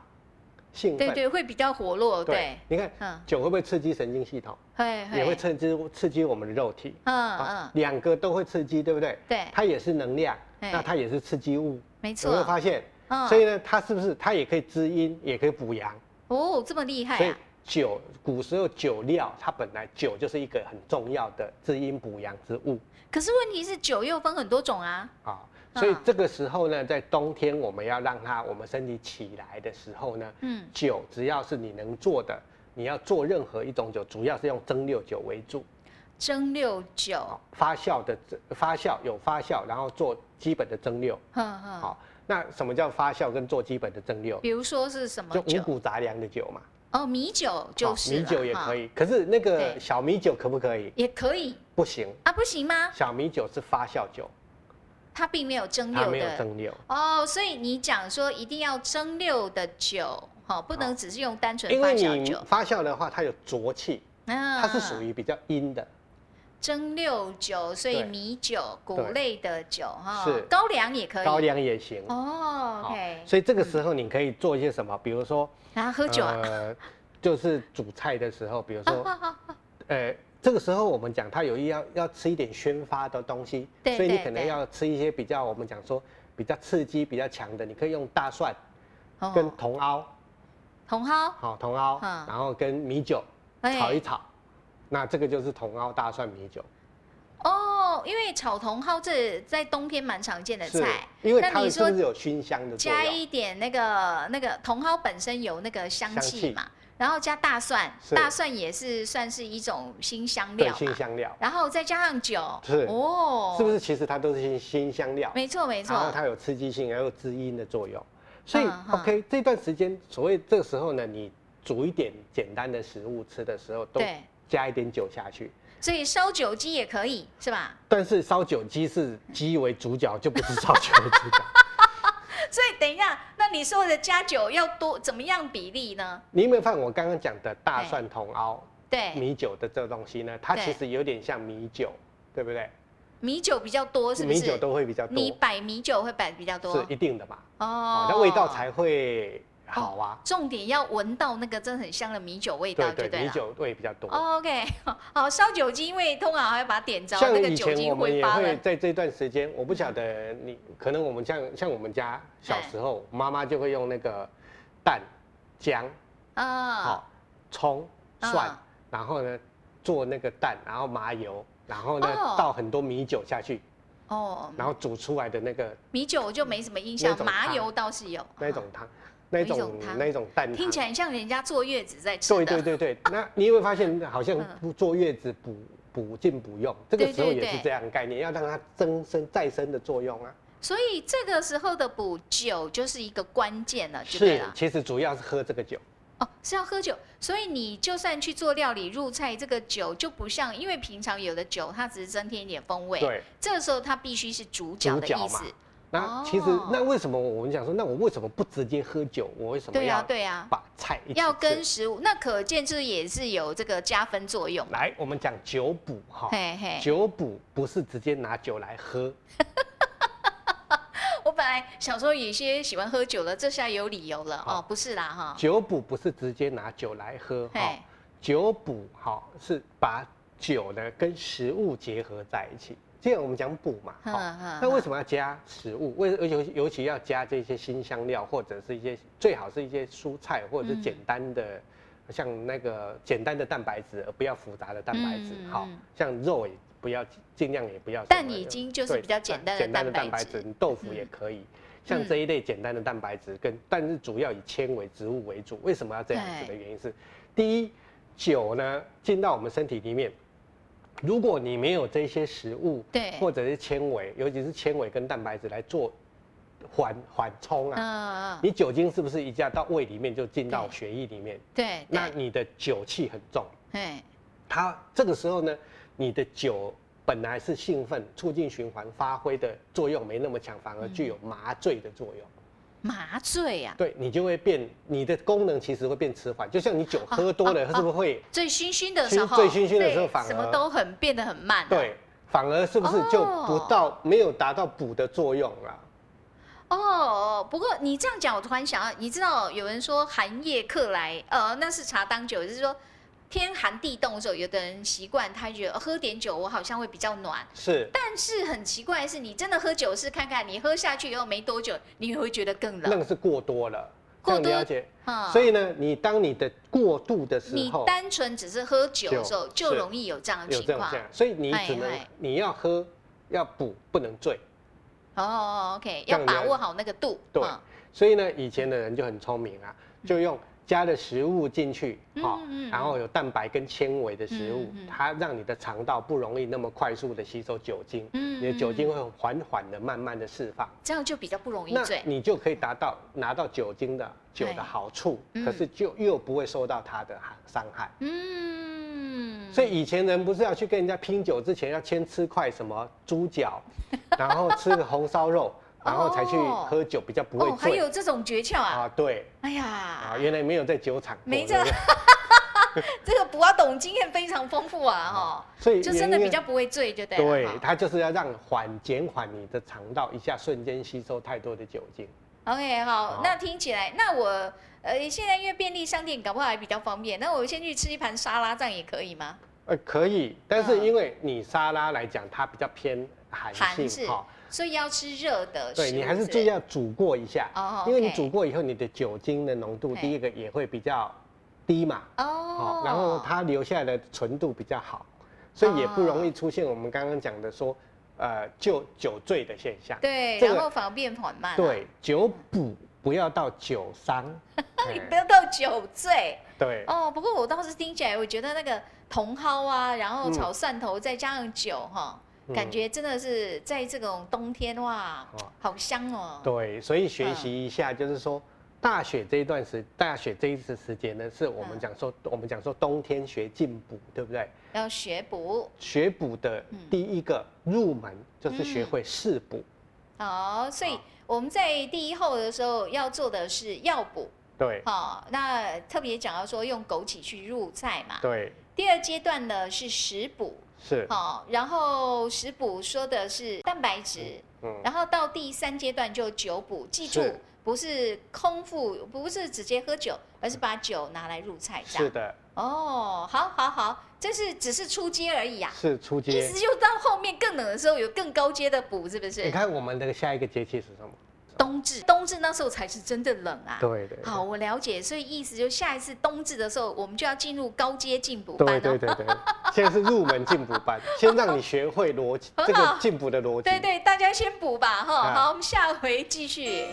Speaker 4: 兴
Speaker 3: 对
Speaker 4: 奋，
Speaker 3: 对，会比较活络，对，
Speaker 4: 你看
Speaker 3: 嗯
Speaker 4: 酒会不会刺激神经系统？
Speaker 3: 会
Speaker 4: 也会，刺激刺激我们的肉体，
Speaker 3: 嗯
Speaker 4: 啊
Speaker 3: 嗯，，
Speaker 4: 两个都会刺激，对不对？
Speaker 3: 对
Speaker 4: 它也是能量，
Speaker 3: 对
Speaker 4: 那它也是刺激物，
Speaker 3: 没
Speaker 4: 有没有
Speaker 3: 错，
Speaker 4: 发现？
Speaker 3: 嗯
Speaker 4: 所以呢，它是不是它也可以滋阴，也可以补阳？
Speaker 3: 哦，这么厉害
Speaker 4: 所以
Speaker 3: 啊，
Speaker 4: 酒古时候酒料，它本来酒就是一个很重要的滋阴补阳之物
Speaker 3: 可是问题是酒又分很多种啊，
Speaker 4: 啊。
Speaker 3: 嗯
Speaker 4: 所以这个时候呢，在冬天我们要让它我们身体起来的时候呢，
Speaker 3: 嗯，
Speaker 4: 酒只要是你能做的，你要做任何一种酒，主要是用蒸馏酒为主。
Speaker 3: 蒸馏酒，
Speaker 4: 发酵的蒸发酵有发酵，然后做基本的蒸馏。
Speaker 3: 哼哼，
Speaker 4: 好，那什么叫发酵跟做基本的蒸馏？
Speaker 3: 比如说是什么
Speaker 4: 就五
Speaker 3: 酒？
Speaker 4: 谷杂粮的酒嘛，
Speaker 3: 哦，米酒就是
Speaker 4: 好
Speaker 3: 了
Speaker 4: 米酒也
Speaker 3: 哈
Speaker 4: 可以。可是那个
Speaker 3: 对
Speaker 4: 小米酒可不可以？
Speaker 3: 也可以
Speaker 4: 不行，
Speaker 3: 啊，不行吗？
Speaker 4: 小米酒是发酵酒，
Speaker 3: 它并没有蒸
Speaker 4: 它
Speaker 3: 馏
Speaker 4: 没有
Speaker 3: 的
Speaker 4: 蒸馏。
Speaker 3: 哦，所以你讲说一定要蒸馏的酒，好、不能只是用单纯
Speaker 4: 因
Speaker 3: 发
Speaker 4: 为
Speaker 3: 酵
Speaker 4: 你
Speaker 3: 酒。
Speaker 4: 发酵的话，它有浊气，
Speaker 3: 嗯
Speaker 4: 它是属于比较阴的。
Speaker 3: 蒸馏酒，所以
Speaker 4: 对
Speaker 3: 米酒、谷类的酒哈、
Speaker 4: 是
Speaker 3: 高粱也可以。
Speaker 4: 高粱也行。
Speaker 3: 哦
Speaker 4: 好
Speaker 3: ，OK，
Speaker 4: 所以这个时候你可以做一些什么？比如说，
Speaker 3: 然后喝酒啊，
Speaker 4: 呃，就是煮菜的时候，比如
Speaker 3: 啊
Speaker 4: 说
Speaker 3: 啊 啊啊
Speaker 4: 呃，这个时候我们讲它有一要要吃一点宣发的东西，
Speaker 3: 对
Speaker 4: 所以你
Speaker 3: 对
Speaker 4: 可能
Speaker 3: 对
Speaker 4: 要吃一些比较我们讲说比较刺激、比较强的，你可以用大蒜
Speaker 3: 哦
Speaker 4: 呃跟茼蒿，
Speaker 3: 茼蒿，
Speaker 4: 好、茼蒿，
Speaker 3: 嗯
Speaker 4: 然后跟米酒
Speaker 3: 哎
Speaker 4: 炒一炒，那这个就是茼蒿、大蒜、米酒，
Speaker 3: 哦，因为炒茼蒿这在冬天蛮常见的菜，
Speaker 4: 因为
Speaker 3: 那
Speaker 4: 它
Speaker 3: 你
Speaker 4: 们是
Speaker 3: 说
Speaker 4: 不是有熏香的作
Speaker 3: 加
Speaker 4: 用？啊
Speaker 3: 一点那个那个茼蒿本身有那个香
Speaker 4: 香
Speaker 3: 气
Speaker 4: 气
Speaker 3: 嘛，然后加大蒜，
Speaker 4: 是
Speaker 3: 大蒜也是算是一种新香
Speaker 4: 对，
Speaker 3: 料
Speaker 4: 新
Speaker 3: 嘛，
Speaker 4: 香料，
Speaker 3: 然后再加上酒，
Speaker 4: 是
Speaker 3: 哦，
Speaker 4: 是不是？其实它都是新新香料，
Speaker 3: 没错没
Speaker 4: 然后
Speaker 3: 错，
Speaker 4: 它有刺激性，也有滋阴的作用。所以、
Speaker 3: 嗯嗯
Speaker 4: OK，这段时间，所谓这个时候呢，你煮一点简单的食物吃的时候，都
Speaker 3: 对
Speaker 4: 加一点酒下去。
Speaker 3: 所以烧酒鸡也可以是吧？
Speaker 4: 但是烧酒鸡是鸡为主角，就不是烧酒为主 角。
Speaker 3: 所以等一下，那你说的加酒要多怎么样比例呢？
Speaker 4: 你有没有看我刚刚讲的大蒜、茼蒿、
Speaker 3: 对，
Speaker 4: 米酒的这东西呢？它
Speaker 3: 哎对
Speaker 4: 其实有点像米酒，对不对？
Speaker 3: 米酒比较多是不是？
Speaker 4: 米酒都会比较
Speaker 3: 你
Speaker 4: 多，
Speaker 3: 摆米酒会摆比较多
Speaker 4: 是一定的嘛。
Speaker 3: 哦
Speaker 4: 哦，那味道才会好啊。
Speaker 3: 重点要闻到那个真的很香的米酒味道，
Speaker 4: 对
Speaker 3: 就
Speaker 4: 对，
Speaker 3: 对
Speaker 4: 米
Speaker 3: 了。
Speaker 4: 酒味比较多。
Speaker 3: 哦 OK，好， 烧酒精，因为通常还要把它点着，
Speaker 4: 像
Speaker 3: 那
Speaker 4: 以
Speaker 3: 个酒
Speaker 4: 前我
Speaker 3: 精
Speaker 4: 们
Speaker 3: 挥
Speaker 4: 也
Speaker 3: 发嗯
Speaker 4: 会
Speaker 3: 了。
Speaker 4: 在这段时间，我不晓得你可能我们像像我们家小时候，妈妈就会用那个蛋、姜、
Speaker 3: 啊，
Speaker 4: 好葱、蒜
Speaker 3: 嗯，
Speaker 4: 然后呢做那个蛋，然后麻油，然后呢
Speaker 3: 哦
Speaker 4: 倒很多米酒下去，
Speaker 3: 哦，
Speaker 4: 然后煮出来的那个
Speaker 3: 米酒我就没什么印象
Speaker 4: 那，种
Speaker 3: 麻
Speaker 4: 汤
Speaker 3: 油倒是有。
Speaker 4: 那种汤，那
Speaker 3: 有一
Speaker 4: 种
Speaker 3: 啊种汤
Speaker 4: 那种蛋
Speaker 3: 听起
Speaker 4: 汤。
Speaker 3: 来很像人家坐月子在吃
Speaker 4: 对
Speaker 3: 的。
Speaker 4: 对对对，那你有没有发现好像
Speaker 3: 嗯
Speaker 4: 不坐月子补补进补用，这个
Speaker 3: 对
Speaker 4: 时候
Speaker 3: 对
Speaker 4: 也是
Speaker 3: 对
Speaker 4: 这样的概念，要让它增生再生的作用啊。
Speaker 3: 所以这个时候的补酒就是一个关键了，啊就对
Speaker 4: 是，
Speaker 3: 了。
Speaker 4: 其实主要是喝这个酒。
Speaker 3: 哦，是要喝酒，所以你就算去做料理入菜，这个酒就不像，因为平常有的酒它只是增添一点风味，，
Speaker 4: 对，
Speaker 3: 这个时候它必须是主角的
Speaker 4: 主角
Speaker 3: 意
Speaker 4: 嘛
Speaker 3: 思。
Speaker 4: 那其实
Speaker 3: 哦
Speaker 4: 那为什么我们讲说，那我为什么不直接喝酒？我为什么
Speaker 3: 对呀、
Speaker 4: 要
Speaker 3: 对呀、
Speaker 4: 把菜一起
Speaker 3: 要
Speaker 4: 吃
Speaker 3: 跟食物，那可见这也是有这个加分作用。
Speaker 4: 来，我们讲酒补哈，
Speaker 3: 嘿嘿，
Speaker 4: 酒补不是直接拿酒来喝，
Speaker 3: 我本来来小时候有些喜欢喝酒了，这下有理由了
Speaker 4: 好
Speaker 3: 哦，不是啦哈，
Speaker 4: 酒补不是直接拿酒来喝哈
Speaker 3: 嘿，
Speaker 4: 酒补哈是把酒呢跟食物结合在一起。既然我们讲补嘛，
Speaker 3: 哼
Speaker 4: 哈，
Speaker 3: 哼
Speaker 4: 哦那为
Speaker 3: 哼
Speaker 4: 什么要加食物？为尤其尤其要加这些新香料，或者是一些最好是一些蔬菜，或者是
Speaker 3: 嗯
Speaker 4: 简单的。像那个简单的蛋白质，而不要复杂的蛋白质
Speaker 3: 嗯。
Speaker 4: 好
Speaker 3: 嗯，
Speaker 4: 像肉也不要，尽量也不要什么。
Speaker 3: 但已经就是
Speaker 4: 对
Speaker 3: 比较简单的
Speaker 4: 简单的蛋
Speaker 3: 蛋
Speaker 4: 白
Speaker 3: 白
Speaker 4: 质
Speaker 3: 质，，
Speaker 4: 你豆腐也可以。像
Speaker 3: 嗯
Speaker 4: 这一类简单的蛋白质跟，但是主要以纤维植物为主。为什么要这样子的
Speaker 3: 对
Speaker 4: 原因是，第一，酒呢进到我们身体里面，如果你没有这些食物，
Speaker 3: 对
Speaker 4: 或者是纤维，尤其是纤维跟蛋白质来做缓缓冲啊，
Speaker 3: 嗯嗯，嗯
Speaker 4: 你酒精是不是一下到胃里面就进到
Speaker 3: 对
Speaker 4: 血液里面？
Speaker 3: 对，
Speaker 4: 那
Speaker 3: 对，
Speaker 4: 你的酒气很重，
Speaker 3: 哎，
Speaker 4: 它这个时候呢，你的酒本来是兴奋、促进循环发挥的作用没那么强，反而具有麻醉的作用。
Speaker 3: 嗯麻醉啊呀，
Speaker 4: 对你就会变，你的功能其实会变迟缓。就像你酒喝多了，
Speaker 3: 啊啊
Speaker 4: 是不是会、
Speaker 3: 最醺醺的
Speaker 4: 醺
Speaker 3: 时候，
Speaker 4: 最醺醺的时候
Speaker 3: 对
Speaker 4: 反
Speaker 3: 什么
Speaker 4: 而
Speaker 3: 都很变得很慢，，啊
Speaker 4: 对，反而是不是就不到、没有达到补的作用了？
Speaker 3: 哦，不过你这样讲，我突然想到，你知道有人说寒夜客来，呃，那是茶当酒，就是说天寒地冻的时候，有的人习惯，他觉得、呃喝点酒，我好像会比较暖。
Speaker 4: 是，
Speaker 3: 但是很奇怪的是，你真的喝酒是看看，你喝下去以后没多久，你也会觉得更
Speaker 4: 那
Speaker 3: 冷。
Speaker 4: 个是过多了，
Speaker 3: 过
Speaker 4: 这样了
Speaker 3: 多
Speaker 4: 解。
Speaker 3: 嗯
Speaker 4: 所以呢，你当你的过度的时
Speaker 3: 你
Speaker 4: 候，
Speaker 3: 单纯只是喝酒的时候，
Speaker 4: 酒
Speaker 3: 就是容易有这样的
Speaker 4: 有这
Speaker 3: 情
Speaker 4: 样
Speaker 3: 况
Speaker 4: 这。样，所以你只能
Speaker 3: 哎哎
Speaker 4: 你要喝要补，不能醉。
Speaker 3: 哦，OK，
Speaker 4: 这
Speaker 3: 要
Speaker 4: 样
Speaker 3: 把
Speaker 4: 了
Speaker 3: 握好那个度。
Speaker 4: 对
Speaker 3: 嗯，
Speaker 4: 所以呢，以前的人就很聪明啊，就用加了食物进去，哈、
Speaker 3: 嗯嗯嗯
Speaker 4: 然后有蛋白跟纤维的食物，
Speaker 3: 嗯嗯嗯
Speaker 4: 它让你的肠道不容易那么快速的吸收酒精，
Speaker 3: 嗯
Speaker 4: 你的酒精
Speaker 3: 嗯
Speaker 4: 会缓缓的、慢慢的释放，
Speaker 3: 这样就比较不容易
Speaker 4: 那
Speaker 3: 醉。
Speaker 4: 你就可以达到拿到酒精的酒
Speaker 3: 对
Speaker 4: 的好处，
Speaker 3: 嗯
Speaker 4: 可是就又不会受到它的伤害。
Speaker 3: 嗯，
Speaker 4: 所以以前人不是要去跟人家拼酒之前要先吃块什么 猪脚，然后吃个红烧肉，然后才去
Speaker 3: 哦
Speaker 4: 喝酒，比较不会
Speaker 3: 哦，还
Speaker 4: 醉。
Speaker 3: 有这种诀窍啊！
Speaker 4: 啊，对，
Speaker 3: 哎呀，
Speaker 4: 啊，原来没有在酒厂过，
Speaker 3: 没
Speaker 4: 对不对
Speaker 3: 这个博懂经验非常丰富啊，哈、
Speaker 4: 所以
Speaker 3: 就真的
Speaker 4: 原因
Speaker 3: 比较不会醉，就对啊了。
Speaker 4: 对
Speaker 3: 哈，
Speaker 4: 它就是要让缓减缓你的肠道一下瞬间吸收太多的酒精。
Speaker 3: OK，好
Speaker 4: 好，
Speaker 3: 那听起来，那我呃，现在因为便利商店搞不好还比较方便，那我先去吃一盘沙拉，这样也可以吗？
Speaker 4: 呃，可以，但是
Speaker 3: 嗯
Speaker 4: 因为你沙拉来讲，它比较偏寒
Speaker 3: 韩
Speaker 4: 性
Speaker 3: 式
Speaker 4: 哈，，
Speaker 3: 所以要吃热的食物
Speaker 4: 对
Speaker 3: 之类的。
Speaker 4: 你还是最要煮过一下
Speaker 3: 哦，
Speaker 4: 因为你
Speaker 3: OK
Speaker 4: 煮过以后，你的酒精的浓度
Speaker 3: 嘿
Speaker 4: 第一个也会比较低嘛，
Speaker 3: 哦
Speaker 4: 好，，然后它留下来的纯度比较好，所以也不容易
Speaker 3: 哦
Speaker 4: 出现我们刚刚讲的说，呃，就酒醉的现象。
Speaker 3: 对，
Speaker 4: 这个
Speaker 3: 然后反而变缓慢、啊。
Speaker 4: 对，，酒补不要到酒伤。
Speaker 3: 你不
Speaker 4: 哎
Speaker 3: 要到酒醉。
Speaker 4: 对，
Speaker 3: 哦，不过我倒是听起来，我觉得那个茼蒿啊，然后
Speaker 4: 嗯
Speaker 3: 炒蒜头，再加上酒哈、
Speaker 4: 嗯
Speaker 3: 感觉真的是在这种冬天哇
Speaker 4: 哦，
Speaker 3: 好香哦。
Speaker 4: 对，所以学
Speaker 3: 嗯
Speaker 4: 习一下，就是说大雪这一段时，大雪这一次时节呢，是我们
Speaker 3: 嗯
Speaker 4: 讲说，我们讲说冬天学进补，对不对？
Speaker 3: 要学补，
Speaker 4: 学补的第一个入门就是学会适补，
Speaker 3: 嗯好，所以
Speaker 4: 好
Speaker 3: 我们在第一后的时候要做的是药补，
Speaker 4: 对
Speaker 3: 好、那特别讲到说用枸杞去入菜嘛。
Speaker 4: 对
Speaker 3: 第二阶段呢是食补，
Speaker 4: 是，
Speaker 3: 好、然后食补说的是蛋白质，
Speaker 4: 嗯，
Speaker 3: 然后到第三阶段就酒补，记住
Speaker 4: 是
Speaker 3: 不是空腹，不是直接喝酒，而是把酒拿来入菜这
Speaker 4: 嗯是
Speaker 3: 样。
Speaker 4: 的，
Speaker 3: 哦，好好好，这是只是初阶而已啊，
Speaker 4: 是出
Speaker 3: 意
Speaker 4: 街
Speaker 3: 思。就到后面更冷的时候有更高阶的补，是不
Speaker 4: 你
Speaker 3: 是？
Speaker 4: 看我们的下一个节气是什么？
Speaker 3: 冬至，冬至那时候才是真的冷啊。
Speaker 4: 对对，对
Speaker 3: 好，我了解，所以意思就下一次冬至的时候，我们就要进入高阶进补班
Speaker 4: 对
Speaker 3: 哦。
Speaker 4: 对对对，现在是入门进补班，先让你学会逻辑，这
Speaker 3: 很好
Speaker 4: 个进补的逻辑。
Speaker 3: 对对大家先补吧哈。
Speaker 4: 啊
Speaker 3: 好，我们下回继续。